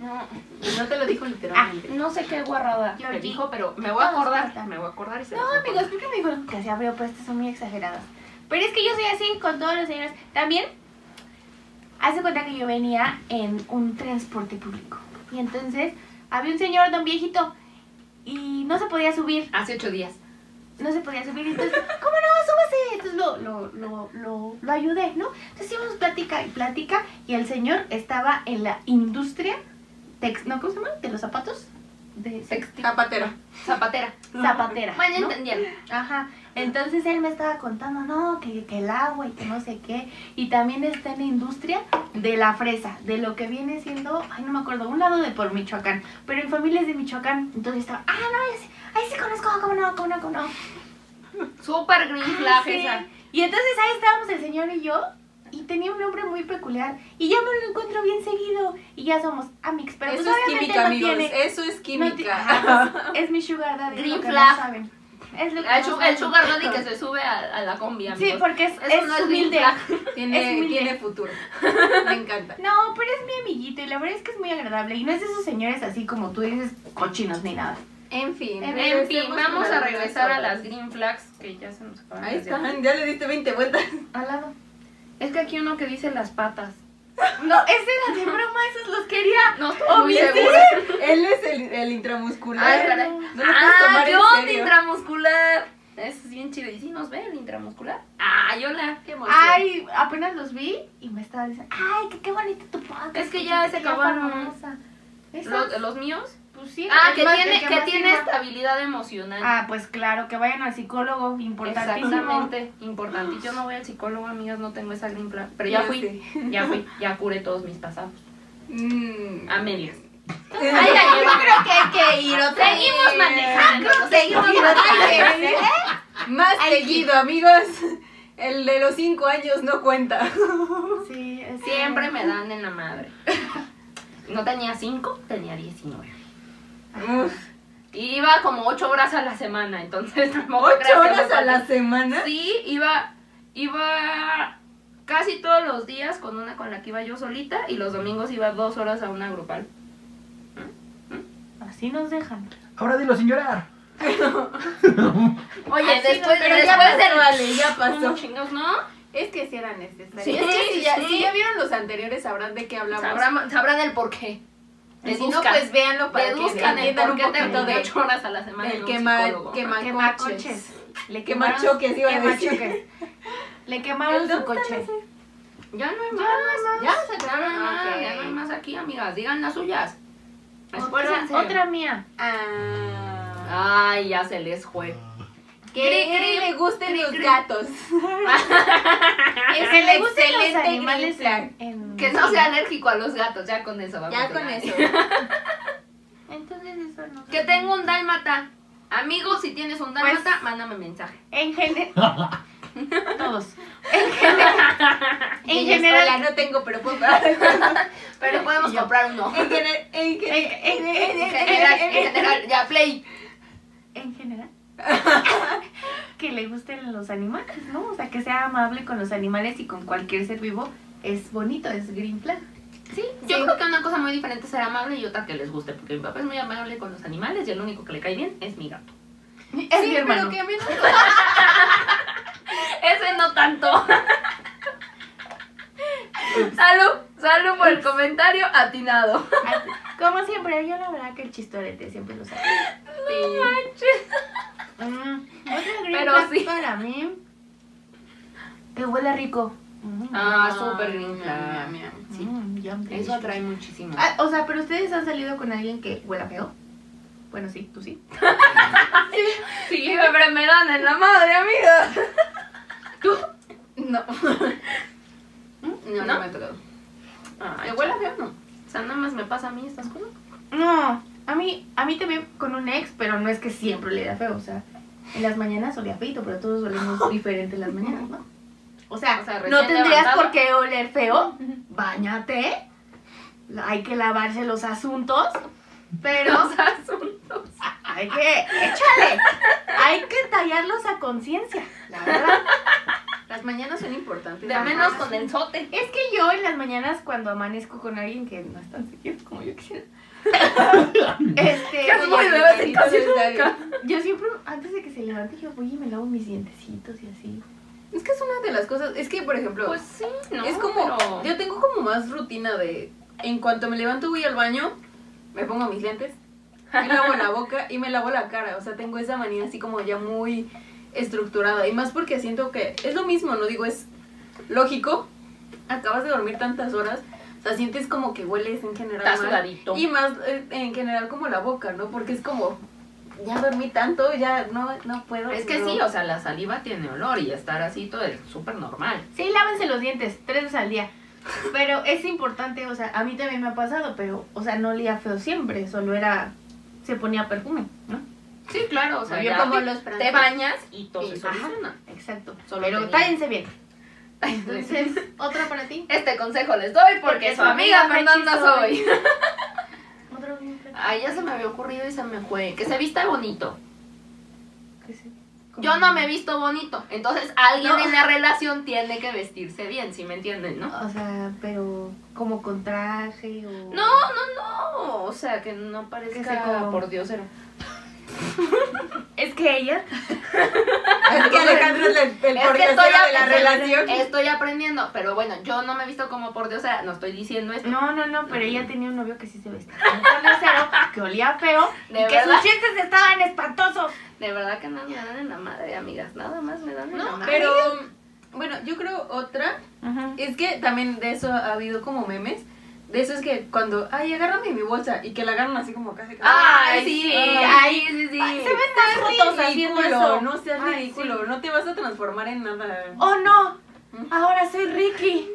S3: No,
S2: Y no te lo dijo
S1: Ah,
S2: literalmente.
S3: no sé qué guarrada
S1: Georgie.
S3: le dijo, pero me voy a acordar. Me voy a acordar y se
S1: No,
S3: los voy a
S1: amigos, creo que me dijeron que hacía frío, pero estas son muy exageradas. Pero es que yo soy así con todos los señores. También, hace cuenta que yo venía en un transporte público. Y entonces, había un señor, don viejito, y no se podía subir.
S3: Hace ocho días.
S1: No se podía subir. Entonces, ¿cómo no? Súbase. Entonces, lo, lo, lo, lo, lo ayudé, ¿no? Entonces, íbamos plática y plática. Y el señor estaba en la industria tex- ¿no? ¿Cómo se llama? De los zapatos. De
S2: Ah, Zapatera.
S3: Zapatera.
S1: zapatera.
S3: Bueno,
S1: ¿no?
S3: entendieron.
S1: Ajá, entonces él me estaba contando, no, que, que el agua y que no sé qué. Y también está en la industria de la fresa, de lo que viene siendo, ay, no me acuerdo, un lado de por Michoacán, pero en familias de Michoacán. Entonces estaba, ah, no, ya sé, ahí sí conozco, cómo no, cómo no, cómo no.
S3: Súper green flag
S1: Sí.
S3: esa.
S1: Y entonces ahí estábamos el señor y yo, y tenía un nombre muy peculiar, y ya me lo encuentro bien seguido, y ya somos amigos, pero
S2: Eso
S1: pues
S2: es
S1: obviamente
S2: química,
S1: no
S2: amigos.
S1: tiene-
S2: Eso es
S1: no ti-
S2: química.
S1: ajá, es, es mi sugar daddy,
S3: Green
S1: lo que no
S3: flag.
S1: saben. Es lo que
S3: El,
S1: no
S3: su-
S1: saben.
S3: el sugar daddy que se sube a, a la combi, amigos.
S1: Sí, porque es,
S3: Eso
S1: es
S3: no es green
S1: humilde.
S3: flag.
S1: Es
S2: Tiene,
S1: humilde.
S2: tiene futuro. Me encanta.
S1: No, pero es mi amiguito y la verdad es que es muy agradable. Y no es de esos señores así como tú dices, cochinos ni nada.
S2: En fin.
S3: En fin,
S2: regresemos
S3: vamos
S2: con
S3: a
S2: las
S3: regresar a
S2: otras.
S3: las green flags que ya se nos acabaron.
S2: Ahí
S3: las de-
S2: están, ya le diste 20 vueltas.
S1: Al lado.
S3: Es que aquí uno que dice las patas.
S1: No, ese era de broma, esos los quería.
S3: No,
S2: Muy
S3: obvio.
S2: seguro. Él es el, el intramuscular.
S3: Ay, caray.
S2: No lo puedes
S3: Ah,
S2: tomar en
S3: yo
S2: serio.
S3: intramuscular. Eso es bien chido. ¿Y si nos ve el intramuscular? Ah, hola. Qué emoción.
S1: Ay, apenas los vi y me estaba diciendo, ay, que qué bonito tu podcast.
S3: Es que ya se acabaron.
S1: Eso,
S3: ¿Los, los míos?
S1: pues sí.
S3: Ah,
S1: el
S3: que
S1: más-
S3: tiene,
S1: el
S3: que
S1: más
S3: tiene
S1: sirva.
S3: estabilidad emocional.
S1: Ah, pues claro, que vayan al psicólogo, importantísimo.
S3: Exactamente, importante. Yo no voy al psicólogo, amigas, no tengo esa green flag. Pero ya
S2: Ya
S3: fui, ya fui, ya curé todos mis pasados.
S2: Mm.
S3: A medias.
S2: Ahí
S3: Ahí la lleva.
S2: creo que hay que ir otra
S3: Seguimos
S2: vez.
S3: manejando.
S2: Seguimos
S1: Ay,
S2: manejando.
S1: ¿eh?
S2: Más seguido, amigos. El de los cinco años no cuenta.
S1: Sí, es-
S3: Siempre me dan en la madre. No tenía 5, tenía 19.
S2: Uf,
S3: Iba como 8 horas a la semana, entonces tampoco creas que
S2: ¿Ocho
S3: me
S2: horas a
S3: faltan-
S2: la semana?
S3: Sí, iba, iba casi todos los días con una con la que iba yo solita y los domingos iba dos horas a una grupal.
S1: Así nos dejan.
S4: Ahora dilo sin llorar.
S3: Oye,
S2: Así no,
S3: después,
S2: Ah, pero ya
S3: después
S2: pasó,
S3: del...
S2: Ale, ya pasó.
S3: ¿Cómo chingados, ¿no?
S2: Es que sí era necesario.
S3: Sí,
S2: es que si, ya,
S3: sí.
S2: si ya vieron los anteriores, sabrán de qué hablamos.
S3: Sabrán, sabrán el por qué.
S2: Y si no, pues véanlo para que
S3: deduzcan el
S2: entiendan
S3: por
S2: un
S3: qué
S2: poquito
S3: terminé
S2: de
S3: 8 horas a la semana
S2: del
S3: en un
S2: quema-
S3: psicólogo.
S2: quema-
S1: Quemacoches. Le
S2: Quemar
S1: quemaron-
S2: choques, iba a decir.
S1: quemachoques. Le quemaron
S2: El
S1: su
S2: doctor
S1: coche.
S3: Ya no hay más. Ya se crearon más.
S2: Ah, Ok.
S3: Ya no hay más aquí, amigas. Digan las suyas.
S1: Otra,
S3: Esfuércense.
S1: otra mía.
S2: Ah,
S3: Ay, ya se les fue.
S2: que
S3: Cri, cri,
S2: le gusten los gatos.
S1: Es
S2: el
S1: le gustan los
S2: excelente
S1: animales
S2: green
S1: en, en-
S3: Que no sea alérgico a los gatos. Ya con eso vamos.
S2: Ya
S3: a
S2: con
S3: ganar.
S2: eso.
S1: Entonces eso no.
S3: Que tengo un dálmata. Amigos, si tienes un dálmata, mándame mensaje.
S1: En general. Todos. En, general- en general.
S2: Hola, no tengo, pero puedo pagar.
S3: Pero podemos
S1: yo.
S3: comprar uno.
S2: En gener- en gener-
S1: En- en-
S3: En general, en general, ya play.
S1: En general. que le gusten los animales, ¿no? O sea, que sea amable con los animales y con cualquier ser vivo. Es bonito, es green flag.
S3: Sí, yo
S2: Sí.
S3: creo que una cosa muy diferente es ser amable y otra que les guste, porque mi papá es muy amable con los animales y el único que le cae bien es mi gato.
S1: Es
S2: Sí,
S1: mi
S2: pero
S1: hermano.
S2: que a mí no
S3: Ese no tanto. salud, salud por el comentario atinado.
S1: Ah, Como siempre, yo la verdad que el chistorete siempre lo sabe. Mm, otra green
S3: Pero
S1: flag
S3: sí.
S1: para mí. Que huela rico. Mm.
S3: Ah, súper green
S2: Miam, miam,
S3: flag.
S2: miam.
S1: Sí. Mm, yum,
S3: Eso
S1: delicious.
S3: atrae muchísimo.
S1: Ah, o sea, pero ustedes han salido con alguien que huela feo. Bueno, sí, tú sí.
S3: Sí, pero me dan en la madre, amiga.
S2: No. No,
S3: ¿No?
S2: no me ha tocado.
S3: Ay,
S2: ¿Te huele feo no?
S3: O sea, nada más me pasa a mí estas cosas.
S1: No, a mí, a mí también con un ex, pero no es que siempre le da feo. O sea, en las mañanas olía feito, pero todos olemos diferente en las mañanas, ¿no? O sea,
S3: O sea, recién
S1: no tendrías
S3: levantado.
S1: por qué oler feo. Báñate. Hay que lavarse los asuntos. Pero
S3: Los asuntos.
S1: hay que. ¡Échale! Hay que tallarlos a conciencia, la verdad.
S2: Las mañanas son importantes.
S3: De menos con el sote.
S1: Es que yo en las mañanas cuando amanezco con alguien que no es tan seguido como yo quisiera. este,
S3: es muy
S1: oye,
S3: de vez en
S1: mi
S3: casi
S1: carita, Yo siempre, antes de que se levante, yo voy y me lavo mis dientecitos y así.
S2: Es que es una de las cosas. Es que, por ejemplo,
S3: Pues sí, ¿no?
S2: es como.
S3: pero-
S2: Yo tengo como más rutina de. En cuanto me levanto, voy al baño, me pongo mis lentes, me lavo la boca y me lavo la cara. O sea, tengo esa manía así como ya muy estructurada. Y más porque siento que es lo mismo, no digo, es lógico. Acabas de dormir tantas horas. O sea, sientes como que hueles en general.
S3: Está
S2: mal.
S3: sudadito.
S2: Y más eh, en general como la boca, ¿no? Porque es como, ya dormí tanto, ya no, no puedo.
S3: Es que
S2: no.
S3: sí, o sea, la saliva tiene olor y estar así todo es súper normal.
S1: Sí, lávense los dientes tres veces al día. Pero es importante, o sea, a mí también me ha pasado, pero, o sea, no olía feo siempre, solo era, se ponía perfume, ¿no?
S3: Sí, claro, o sea,
S2: Yo
S3: ya
S2: como
S3: te-
S2: los
S3: te
S2: franceses.
S3: bañas y todo
S2: Y-
S3: se soluciona.
S1: Exacto.
S3: Solo
S1: pero
S3: tenía-
S1: tállense bien. Entonces, ¿otra para ti?
S3: Este consejo les doy porque su amiga Fernanda soy.
S1: Otra bien flaca.
S3: Ay, ya se me había ocurrido y se me fue. Que se vista bonito.
S1: ¿Qué sé?
S3: Yo no me he visto bonito. Entonces alguien
S2: No.
S3: en la relación tiene que vestirse bien, si me entienden, ¿no?
S1: O sea, pero como con traje o...
S3: No, no, no. O sea, que no
S1: Que se
S3: parezca
S1: como-
S3: por diosero.
S1: Es que ella...
S2: Es que Alejandro es el, el
S3: Es que
S2: portero
S3: estoy,
S2: de la
S3: aprendiendo-
S2: relación.
S3: estoy aprendiendo, pero bueno, yo no me he visto como por diosera, no estoy diciendo esto.
S1: No, no, no, pero ella tenía un novio que sí se vestía como con acero, que olía feo y
S3: De
S1: que
S3: verdad.
S1: sus chistes estaban espantosos.
S3: De verdad que no me dan en la madre, amigas. Nada más me dan en la
S2: No,
S3: madre.
S2: pero bueno, yo creo otra es que también de eso ha habido como memes. De eso es que cuando, ay, agárrame mi bolsa y que la agarran así como casi.
S3: Ay, sí,
S2: ay,
S3: ay, sí, sí.
S1: Ay, se ven las fotos haciendo
S2: ridículo,
S1: eso.
S2: no seas
S1: Ay,
S2: ridículo, no te vas a transformar en nada.
S1: ¡Oh, no! Ahora soy Ricky.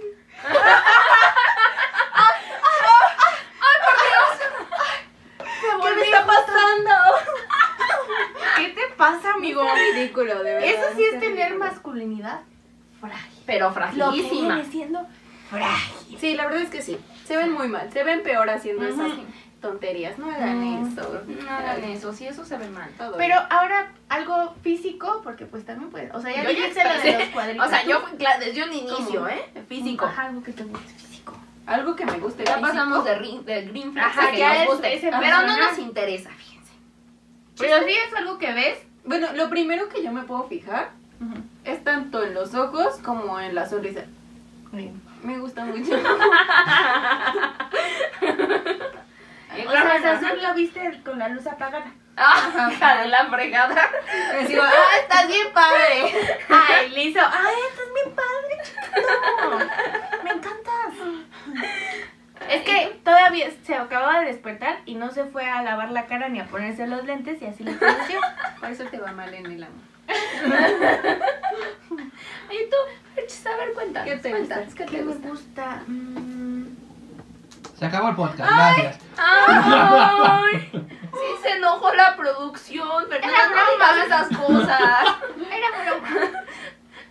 S1: ¡Ay, por Dios!
S2: ¿Qué me está pasando?
S1: ¿Qué te pasa, amigo?
S2: ridículo, de
S1: Eso sí es tener masculinidad. frágil.
S3: Pero
S1: Lo que
S3: fragilísima.
S1: viene siendo frágil.
S2: Sí, la verdad es que sí. Se ven muy mal. Se ven peor haciendo esas
S3: Ujú.
S2: tonterías. No hagan
S1: Mm.
S2: eso.
S3: No hagan eso, si eso se ve mal.
S2: Todo
S1: Pero ahora algo físico, porque pues también puede. O sea, ya
S3: Yo ya
S1: dijiste lo de los
S3: expresé.
S1: cuadritos.
S3: O sea, yo fui cla- desde un inicio,
S2: ¿Cómo?
S3: ¿eh? Físico.
S1: Ajá, algo que te guste físico.
S2: Algo que me guste.
S3: Ya
S2: físico.
S3: pasamos de, ri- de green flags
S1: Ajá,
S3: a que
S1: ya
S3: nos
S1: es-
S3: guste.
S1: es
S3: pero no
S1: emocional.
S3: nos interesa, fíjense.
S1: Pero sí es algo que ves.
S2: Bueno, lo primero que yo me puedo fijar es tanto en los ojos como en la sonrisa. Me gusta mucho.
S1: O sea, ese azul lo viste con la luz apagada.
S3: Ah, hija de la fregada.
S2: Me digo, ah, estás bien padre.
S1: Ay, liso. Ay, esto es mi padre, chiquito. Me encantas. Es que todavía se acababa de despertar y no se fue a lavar la cara ni a ponerse los lentes y así lo conoció.
S2: Por eso te va mal en el amor.
S3: Oye, tú, Ferchis, a ver, cuéntanos.
S2: ¿Qué te gusta?
S3: cuéntanos, ¿Qué te
S1: ¿Qué me
S3: gusta?
S1: gusta? Mm,
S4: Se acabó el podcast, gracias.
S3: ¡Ay! Sí, se enojó la producción. Pero no hagas esas cosas.
S1: era broma.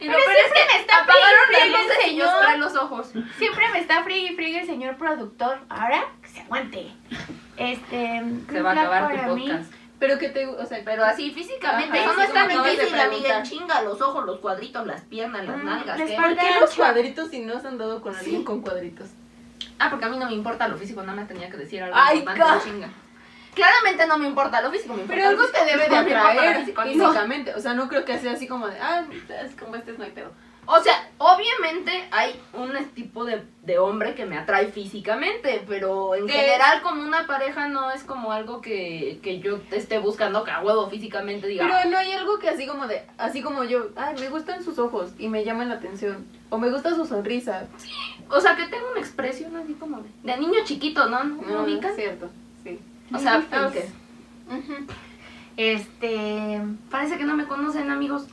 S3: Y
S1: Pero siempre me está
S3: apagaron las
S1: pidiendo el
S3: luces y yo
S1: señor.
S3: trae los ojos.
S1: Siempre me está friegue y friegue el señor productor. Ahora que se aguante. Este.
S3: Se va a
S1: Flag
S3: acabar
S1: para
S3: tu
S1: mí.
S3: podcast.
S2: Pero que te gu- o sea,
S3: Pero así físicamente,
S2: Ajá,
S3: eso no
S2: sí,
S3: es tan
S2: como acabas de
S3: difícil, amiga.
S2: preguntar.
S3: En chinga, los ojos, los cuadritos, las piernas, las
S1: Mm,
S3: nalgas.
S1: les
S3: ¿qué?
S1: falta-
S2: ¿Por qué los cuadritos si no se han dado con alguien con cuadritos?
S3: Ah, porque a mí no me importa lo físico, nada más tenía que decir algo
S2: Ay,
S3: importante,
S2: ca-
S3: en chinga. Claramente no me importa lo físico, me importa
S2: Pero algo
S3: lo
S2: te
S3: físico.
S2: debe
S3: No
S2: de
S3: me importa lo
S2: atraer
S3: físico, a mí no.
S2: físicamente. O sea, no creo que sea así como de, ah, es como este es no hay pedo.
S3: O sea, obviamente hay un tipo de, de hombre que me atrae físicamente, pero en
S2: Eh.
S3: general como una pareja no es como algo que, que yo esté buscando que a huevo físicamente diga.
S2: Pero no hay algo que así como de, así como yo, ay, me gustan sus ojos y me llaman la atención. O me gusta su sonrisa.
S3: O sea, que tengo una expresión así como de, de niño chiquito, ¿no? ¿No, ¿No
S2: No,
S3: ubicas?
S2: es cierto. Sí.
S3: O sea,
S1: Baby face.
S3: Ah, ok.
S1: Este.
S3: parece que no me conocen, amigos.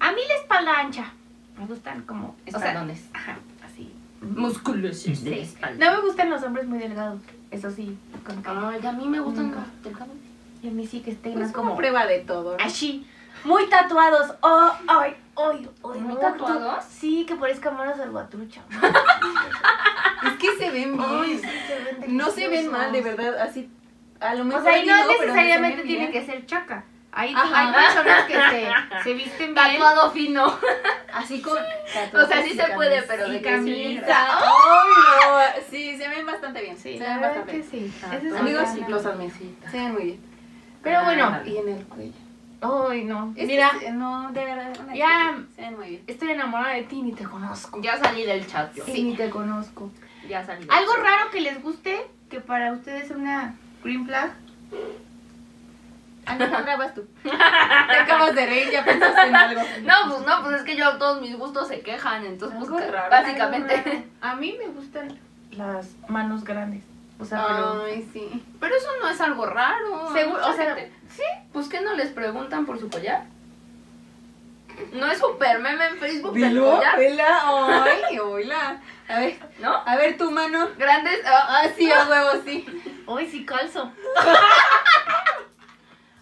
S1: A mí la espalda ancha. Me gustan como. o sea,
S3: Espaldones.
S1: ajá, así.
S3: Musculosos
S1: Sí.
S3: de espalda.
S1: No me gustan los hombres muy delgados. Eso sí. Con cara.
S3: Ay, a mí me gustan
S1: Nunca.
S3: los delgados.
S1: Y a mí sí que estén
S2: Es
S3: Pues,
S1: más
S2: como
S1: como.
S2: prueba de todo. ¿no?
S1: Así. Muy tatuados. Oh, ay, ay, ay.
S3: ¿Muy
S1: no,
S3: tatuados?
S1: tú- Sí, que parezcan manos al guatrucho.
S2: Es que se ven
S1: Ay,
S2: bien.
S1: sí, se ven
S2: No se ven
S1: deliciosos.
S2: mal, de verdad. Así, a lo mejor.
S1: O sea, y
S2: y
S1: no
S2: pero se
S1: necesariamente
S2: ven
S1: tiene
S2: bien.
S1: que ser chaca. Hay,
S2: Ajá.
S1: hay personas que se, se visten bien.
S3: Tatuado fino.
S2: Así con.
S3: O sea, sí se puede, pero de
S1: Y
S3: que sí. Ah,
S1: camisa.
S3: Oh.
S2: Obvio. Oh, Sí, se ven bastante bien.
S1: Sí,
S2: se
S1: la
S2: ven
S1: verdad
S2: bastante
S1: que
S2: bien.
S1: sí.
S3: Ah,
S1: Ese es
S2: Amigos,
S1: mi
S2: sí,
S1: plan.
S2: los admiro. Se ven muy bien.
S1: Pero bueno,
S3: Ah,
S2: Y en el cuello.
S1: ay no.
S2: Es que
S1: Mira,
S2: se- no, de verdad. una
S1: Ya.
S2: chulita. Se ven muy bien.
S1: estoy enamorada de ti, ni te conozco.
S3: Ya salí del chat yo.
S1: Sí, ni te conozco.
S3: Ya salí. del
S1: Algo
S3: chat.
S1: raro que les guste, que para ustedes sea una green flag.
S2: Alejandra, vas tú. Te acabas de reír, ya pensaste en algo.
S3: No, pues no, pues es que yo todos mis gustos se quejan, entonces
S1: Algo
S3: pues,
S1: raro, algo raro.
S3: básicamente.
S1: A mí me gustan las manos grandes. O sea, pero.
S2: Ay, sí.
S3: Pero eso no es algo raro.
S1: Seguro, o sea,
S3: Gente- Pues que no les preguntan por su collar. No es super meme en Facebook del
S2: Velo,
S3: collar,
S2: vela, ay, hola. A ver,
S3: ¿no?
S2: a ver tu mano.
S3: Grandes. ah,
S2: Ah, sí, a huevo, sí.
S1: Hoy sí calzo.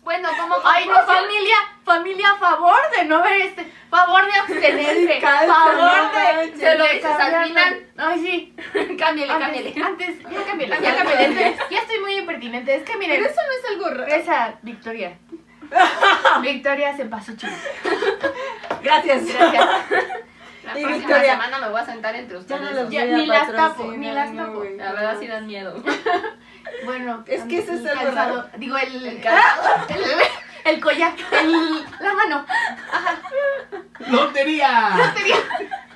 S3: Bueno, como
S1: Ay, no,
S3: conclusión-
S1: familia, familia, a favor de no ver este, favor de abstenerse,
S2: Calza,
S1: favor
S2: no
S1: de,
S2: manches.
S1: de lo
S3: Le
S1: que
S3: dices al
S1: cambiaron.
S3: final.
S1: Ay, sí,
S3: cámbiale,
S1: antes,
S3: cámbiale.
S1: antes, ya cambié, ya
S3: Ya
S1: cambié,
S3: cámbiale.
S1: estoy- ya estoy muy impertinente, es que miren,
S2: Pero eso no es algo raro.
S1: esa Victoria, Victoria se pasó chido,
S2: Gracias.
S1: gracias,
S3: La
S2: Y
S3: próxima
S2: Victoria.
S3: semana me voy a sentar entre ustedes.
S2: Ya no los
S3: dos.
S1: Ya,
S2: voy a
S1: ni las tapo,
S2: patrocinar,
S1: ni las
S2: no,
S1: tapo.
S2: güey.
S3: La verdad sí dan miedo.
S1: bueno,
S2: Es que ese
S1: el
S2: es algo
S1: calzado,
S2: raro.
S1: digo, el,
S3: El
S1: ah, el, el collar, el- la mano,
S4: ¡Lotería!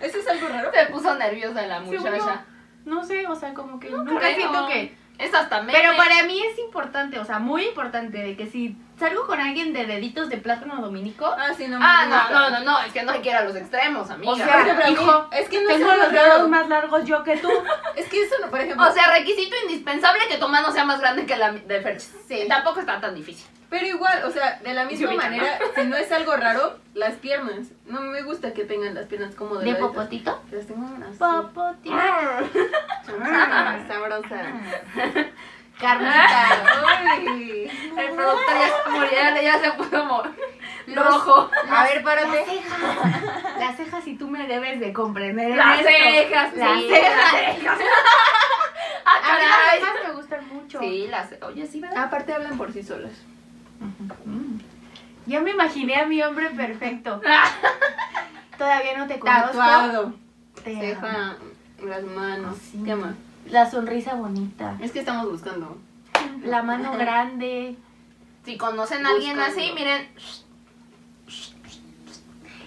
S2: ¿Eso es algo raro?
S3: Se puso nerviosa la
S1: Seguro.
S3: muchacha.
S1: no sé, o sea, como que nunca
S3: creo.
S1: siento que...
S3: Es hasta meme.
S1: Pero para mí es importante, o sea, muy importante, de que si salgo con alguien de deditos de plátano dominico,
S2: Ah, sí, no.
S3: Ah,
S2: me
S3: no,
S2: gusta.
S3: no, no, no, es que no hay que ir a los extremos, amiga.
S1: O
S2: Por ejemplo, a mí-
S1: Hijo,
S2: es que no es
S1: tengo
S2: algo
S1: los dedos
S2: raro.
S1: más largos yo que tú.
S2: Es que eso no, por ejemplo.
S3: O sea, requisito indispensable que tu mano sea más grande que la de Ferch.
S2: Sí.
S3: Tampoco está tan difícil.
S2: pero igual, o sea, de la misma
S3: ubican, ¿no?
S2: manera, si no es algo raro, las piernas. No me gusta que tengan las piernas como de
S1: ¿De
S2: laditas.
S1: popotito?
S2: Que Las tengan así.
S1: Popotito.
S2: Ah, sabrosa.
S1: Carnita.
S2: Ay.
S3: El productor ya se murió, ya se pudo morir.
S1: Los-
S3: Rojo.
S2: A ver, párate.
S1: Las cejas. Las cejas y tú me debes de comprender. en
S3: Las
S1: esto.
S3: cejas,
S1: Las
S3: sí,
S1: cejas.
S3: Ah,
S1: A mí
S3: caray.
S1: las cejas me gustan mucho.
S3: Sí, las. Oye, sí, ¿verdad?
S2: Aparte hablan por sí solas.
S1: Mm. Ya me imaginé a mi hombre perfecto. Todavía no te conozco.
S2: Tatuado.
S1: Te amo.
S2: Ceja, las manos.
S1: Sí.
S2: ¿Qué más?
S1: La sonrisa bonita.
S2: Es que estamos buscando.
S1: La mano grande.
S3: Si conocen a alguien
S2: Buscando.
S3: así, miren.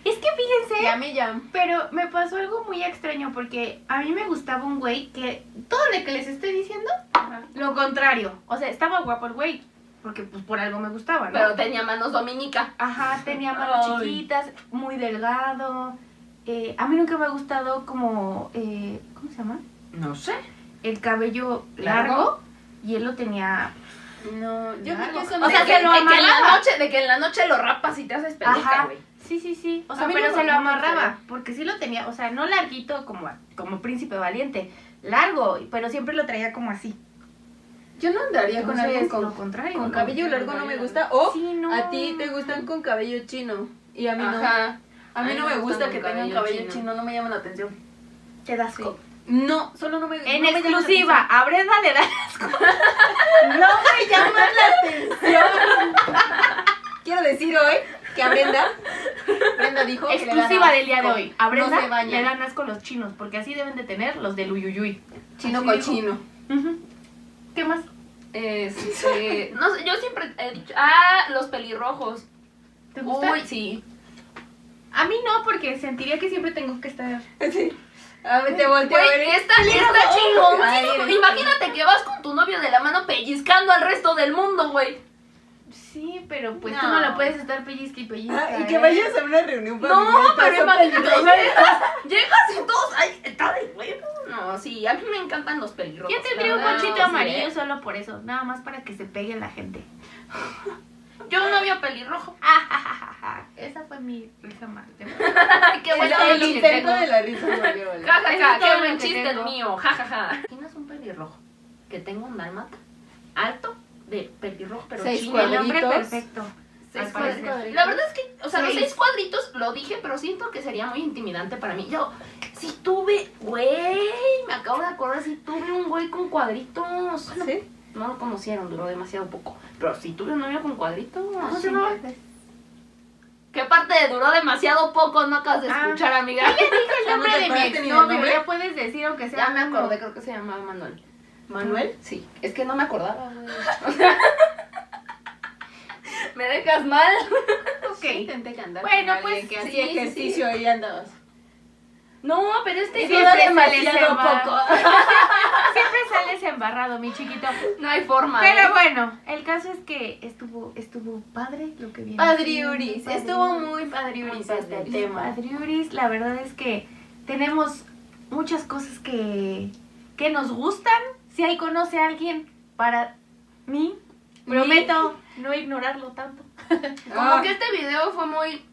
S1: Es que fíjense.
S2: Ya me llaman.
S1: Pero me pasó algo muy extraño porque a mí me gustaba un güey que todo lo que les estoy diciendo, lo contrario. O sea, estaba guapo el güey, porque pues por algo me gustaba, ¿no?
S3: Pero tenía manos dominica.
S1: Ajá, tenía manos
S3: Ay.
S1: chiquitas, muy delgado. Eh, a mí nunca me ha gustado como, eh, ¿cómo se llama?
S3: No sé.
S1: El cabello largo,
S3: Largo.
S1: y él lo tenía...
S2: No, yo creo que eso
S3: O sea,
S1: De
S3: que,
S1: que
S3: de
S1: lo
S3: que en la
S1: amarraba.
S3: noche, de que en la noche lo rapas y te haces pendeja,
S1: Ajá,
S3: güey.
S1: sí, sí, sí. O
S2: A
S1: sea,
S2: mí
S1: pero
S2: no me-
S1: se lo
S2: no me
S1: amarraba,
S2: gustaría.
S1: porque sí lo tenía, o sea, no larguito como, como príncipe valiente, largo, pero siempre lo traía como así.
S2: Yo no andaría con
S1: Entonces,
S2: alguien con,
S1: lo contrario.
S2: con
S1: ¿no?
S2: cabello largo, no me gusta. O
S1: Sí, no.
S2: a ti te gustan con cabello chino. Y a mí no.
S3: Ajá.
S2: A mí no me gusta
S3: gustan
S2: que
S3: con
S2: tengan
S3: cabello
S2: cabello
S3: chino.
S2: chino, no me llama la atención.
S1: Te das asco.
S2: No, solo no me
S1: En
S2: no me llama la
S1: exclusiva, a Brenda le da asco. no me llaman la atención.
S2: Quiero decir hoy que a Brenda, Brenda dijo que le
S1: Exclusiva
S2: daba
S1: del día de
S2: asco.
S1: hoy. A Brenda
S2: no se baña.
S1: le dan asco los chinos, porque así deben de tener los del Uyuyuy.
S2: chino
S1: Así
S2: cochino.
S1: Ujú. ¿Qué más?
S3: Este, no sé, yo siempre he dicho, ah, los pelirrojos.
S1: ¿Te gusta?
S3: Uy, sí.
S1: A mí no, porque sentiría que siempre tengo que estar.
S2: Sí. A ver, te volteo a
S3: Güey,
S2: ver.
S3: está, está chingón.
S2: Ay, eres-
S3: Imagínate que vas con tu novio de la mano pellizcando al resto del mundo, güey.
S1: Sí, pero pues
S2: No.
S1: tú no lo puedes estar pellizca y pellizca.
S2: Ah, y
S1: ¿eh?
S2: que vayas a una reunión
S3: No,
S2: familiar,
S3: pero
S2: todo
S3: imagínate,
S2: pelirrojo.
S3: llegas, llegas y todos, ay, está de huevo. No, sí, a mí me encantan los pelirrojos.
S1: Yo tendría un
S3: la verdad, sí,
S1: mochito
S3: ¿eh?
S1: amarillo solo por eso, nada más para que se pegue la gente. Ah,
S3: Yo un novio pelirrojo.
S1: Esa fue mi risa más.
S3: Ay, qué bueno
S2: El, el
S3: lo que
S2: intento
S3: tengo.
S2: de la risa volvió, vale.
S3: Ja, ja, ja,
S1: Eso es todo
S3: qué
S1: lo
S3: buen
S1: que
S3: chiste el
S1: tengo.
S3: mío, ja, ja, ja. ¿Tienes un pelirrojo? Que tengo un dálmata, alto, de pelirrojo, pero
S2: Seis
S3: chino.
S1: El hombre
S2: Cuadritos.
S1: perfecto.
S3: Seis
S1: al
S3: cuadritos.
S1: parecer.
S3: La verdad es que, o sea, los
S1: Seis.
S3: seis cuadritos lo dije, pero siento que sería muy intimidante para mí. Yo, si tuve, güey, me acabo de acordar, si tuve un güey con cuadritos. Bueno,
S2: ¿Sí?
S3: No lo conocieron, duró demasiado poco. Pero si tuve un novio con cuadritos.
S1: ¿Cómo se
S3: sí.
S1: llamaba?
S3: ¿Qué parte de duró demasiado poco no acabas de
S1: Ah.
S3: escuchar, amiga?
S1: El
S2: Ya no
S1: nombre
S2: te
S1: de mi
S2: acordaste ni del
S1: exnovio,
S2: nombre.
S1: ya puedes decir aunque sea.
S3: Ya me
S1: uno.
S3: acordé, creo que se llamaba Manuel.
S2: ¿Manuel?
S3: Sí, es que no me acordaba, güey. me dejas mal.
S1: Ok.
S2: Sí, intenté que andar
S1: Bueno,
S2: con alguien
S1: pues,
S2: que
S1: sí,
S2: hacía
S3: sí,
S2: ejercicio y andabas.
S3: No, pero este
S1: Sí, Siempre se les va.
S2: poco.
S1: Siempre sales embarrado, mi chiquito.
S3: No hay forma.
S1: Pero
S3: ¿eh?
S1: bueno, el caso es que estuvo estuvo padre lo que viene.
S2: Padriuris, estuvo muy
S3: Muy
S2: padriuris
S3: padre.
S2: este tema.
S1: Padriuris, la verdad es que tenemos muchas cosas que que nos gustan. Si ahí conoce a alguien para mí, prometo no ignorarlo tanto.
S3: Como que este video fue muy.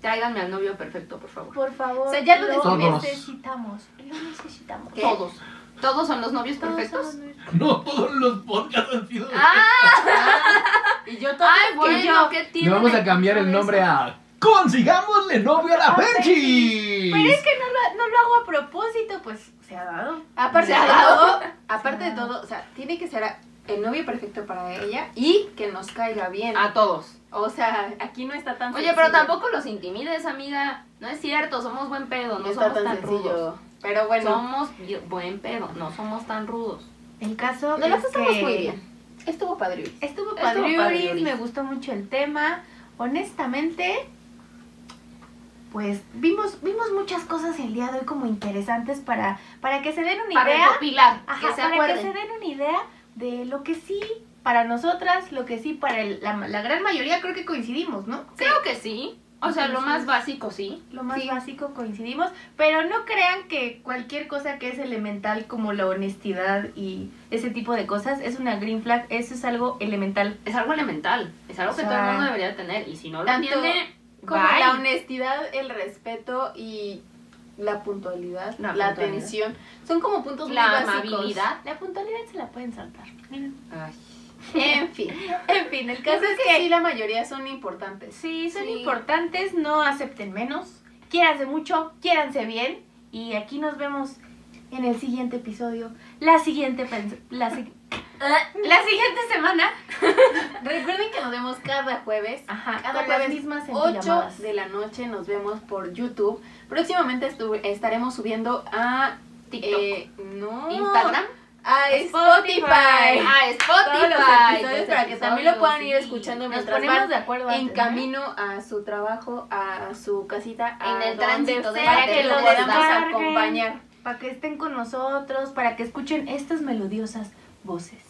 S3: Tráiganme al novio perfecto, por favor.
S1: Por favor.
S2: O sea, ya lo
S4: Todos.
S1: necesitamos. Lo necesitamos.
S2: ¿Qué?
S3: Todos. Todos son los novios
S1: Todos
S3: perfectos.
S1: somos-
S4: No todos los podcasts han sido.
S3: ¡Ah!
S2: Y yo todo.
S3: ¡Ay, bueno!
S1: yo-
S3: ¿Qué
S4: Le
S3: tiene?
S4: vamos a cambiar el nombre a. ¡Consigámosle novio a la
S1: A
S4: Ferchi!
S1: Pero es que no lo, no lo hago a propósito, pues se ha dado.
S2: Aparte
S3: Se
S2: de
S3: ha dado.
S2: todo, aparte de todo, o sea, tiene que ser el novio perfecto para ella y que nos caiga bien.
S3: A todos.
S2: O sea, Ah. aquí no está tan
S3: Oye, pero
S2: sencillo.
S3: tampoco los intimides, amiga. No es cierto, somos buen pedo, no,
S2: no está
S3: somos
S2: tan,
S3: tan,
S2: sencillo.
S3: rudos.
S2: Pero bueno,
S3: Somos bi- buen pedo, no somos tan rudos.
S1: El caso.
S2: nos la
S1: es
S2: pasamos
S1: que
S2: muy bien. Estuvo padre.
S1: Estuvo
S3: Estuvo
S1: padriuris,
S3: padriuris.
S1: me gustó mucho el tema. Honestamente, pues vimos, vimos muchas cosas el día de hoy como interesantes para, para que se den una
S3: Para
S1: idea.
S3: recopilar,
S1: Ajá,
S3: que se
S1: para que se
S3: acuerden.
S1: den una idea de lo que sí para nosotras, lo que sí para el- la, la gran mayoría creo que coincidimos, ¿no?
S3: Creo que sí. O sea, lo más básico sí.
S1: Lo más
S2: Sí.
S1: básico coincidimos, pero no crean que cualquier cosa que es elemental como la honestidad y ese tipo de cosas es una green flag, eso es algo elemental.
S3: Es algo elemental. Es algo
S1: O
S3: que
S1: sea,
S3: todo el mundo debería tener. Y si no lo
S2: tanto
S3: tiene,
S2: Como
S3: bye.
S2: la honestidad, el respeto y la puntualidad, la,
S3: La puntualidad.
S2: atención. Son como puntos muy
S3: La
S2: básicos.
S3: amabilidad.
S1: La puntualidad se la pueden saltar.
S3: Ay,
S2: En fin.
S1: En fin, el
S2: Yo
S1: caso
S2: creo
S1: es
S2: que
S1: que
S2: sí, la mayoría son importantes.
S1: sí, son
S2: Sí.
S1: importantes, no acepten menos, quiéranse mucho, quiéranse bien y aquí nos vemos en el siguiente episodio, la siguiente pens- la, si- la siguiente semana.
S2: Recuerden que nos vemos cada jueves.
S1: Ajá,
S2: Cada
S1: con las
S2: jueves
S1: mismas
S2: 8
S1: empilamadas.
S2: de la noche nos vemos por YouTube. Próximamente estu- estaremos subiendo a
S3: TikTok.
S2: eh, no.
S3: Instagram.
S2: A
S1: Spotify.
S2: Spotify.
S3: Ah,
S2: Todos los
S3: Spotify.
S2: episodios
S3: Los
S2: para que también lo puedan ir
S3: episodios,
S2: escuchando
S3: sí.
S1: Nos
S2: mientras
S1: ponemos ¿eh?
S2: van
S1: de acuerdo
S2: En
S1: antes, ¿no?
S2: camino a su trabajo, a su casita, a
S3: En el
S2: donde
S3: tránsito de
S2: sea
S3: la
S2: que lo
S3: vida.
S2: podamos
S1: Descarguen.
S2: acompañar.
S1: para que estén con nosotros, para que escuchen estas melodiosas voces.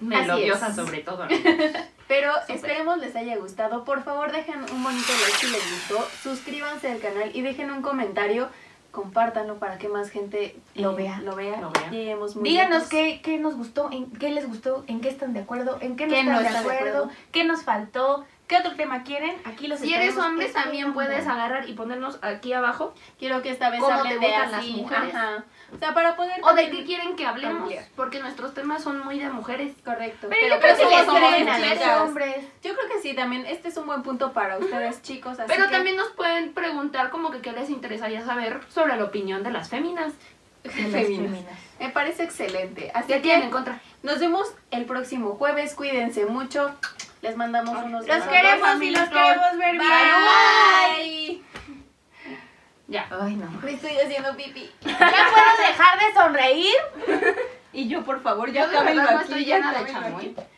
S3: Melodiosa
S2: Así es.
S3: sobre todo.
S2: Pero esperemos les haya gustado. Por favor, dejen un bonito like si les gustó. Suscríbanse al canal y dejen un comentario. Compártanlo para que más gente
S1: Lo
S2: eh,
S1: vea.
S2: Lo vea.
S3: Lo vea.
S2: Lleguemos muy
S1: Díganos
S2: lejos.
S1: qué, qué nos gustó, en qué les gustó, en qué están de acuerdo, en qué no
S2: ¿Qué
S1: están
S2: no
S1: de,
S2: están de
S1: acuerdo,
S2: acuerdo?
S1: qué nos faltó, qué otro tema quieren. Aquí los Este
S3: Si eres
S1: estaremos
S3: hombre, también
S1: esperando.
S3: puedes agarrar y ponernos aquí abajo.
S2: Quiero que esta vez
S3: ¿Cómo
S2: hablen
S3: te
S2: de
S3: gustan las
S2: así.
S3: mujeres?
S2: Ajá. O sea, para poder.
S3: O de
S2: también-
S3: qué quieren que hablemos.
S2: Ampliar.
S3: Porque nuestros temas son muy de mujeres.
S2: Correcto.
S1: Pero,
S3: pero
S1: yo creo que
S3: somos
S1: les creen a
S3: hombres,
S1: los
S2: chicas.
S1: hombres.
S2: Yo creo que sí, también este es un buen punto para ustedes, chicos. así
S3: Pero
S2: que-
S3: también nos pueden preguntar como que qué les interesaría saber sobre la opinión de las féminas.
S1: de las
S2: Féminas.
S1: féminas.
S2: Me parece excelente. Así
S3: ¿Qué
S2: que
S3: tienen en contra?
S2: nos vemos el próximo jueves. Cuídense mucho. Les mandamos
S1: Los
S2: unos besos.
S1: queremos y los queremos ver bien.
S2: Bye.
S3: Ya.
S1: Ay, no.
S2: Me estoy haciendo pipí.
S1: ¿Ya puedo dejar de sonreír?
S2: Y yo, por favor,
S3: Yo
S2: ya
S3: de
S2: acábenlo
S3: verdad no
S2: aquí,
S3: estoy
S2: ya
S3: llena de
S2: acábenlo
S3: chamoy.
S2: aquí.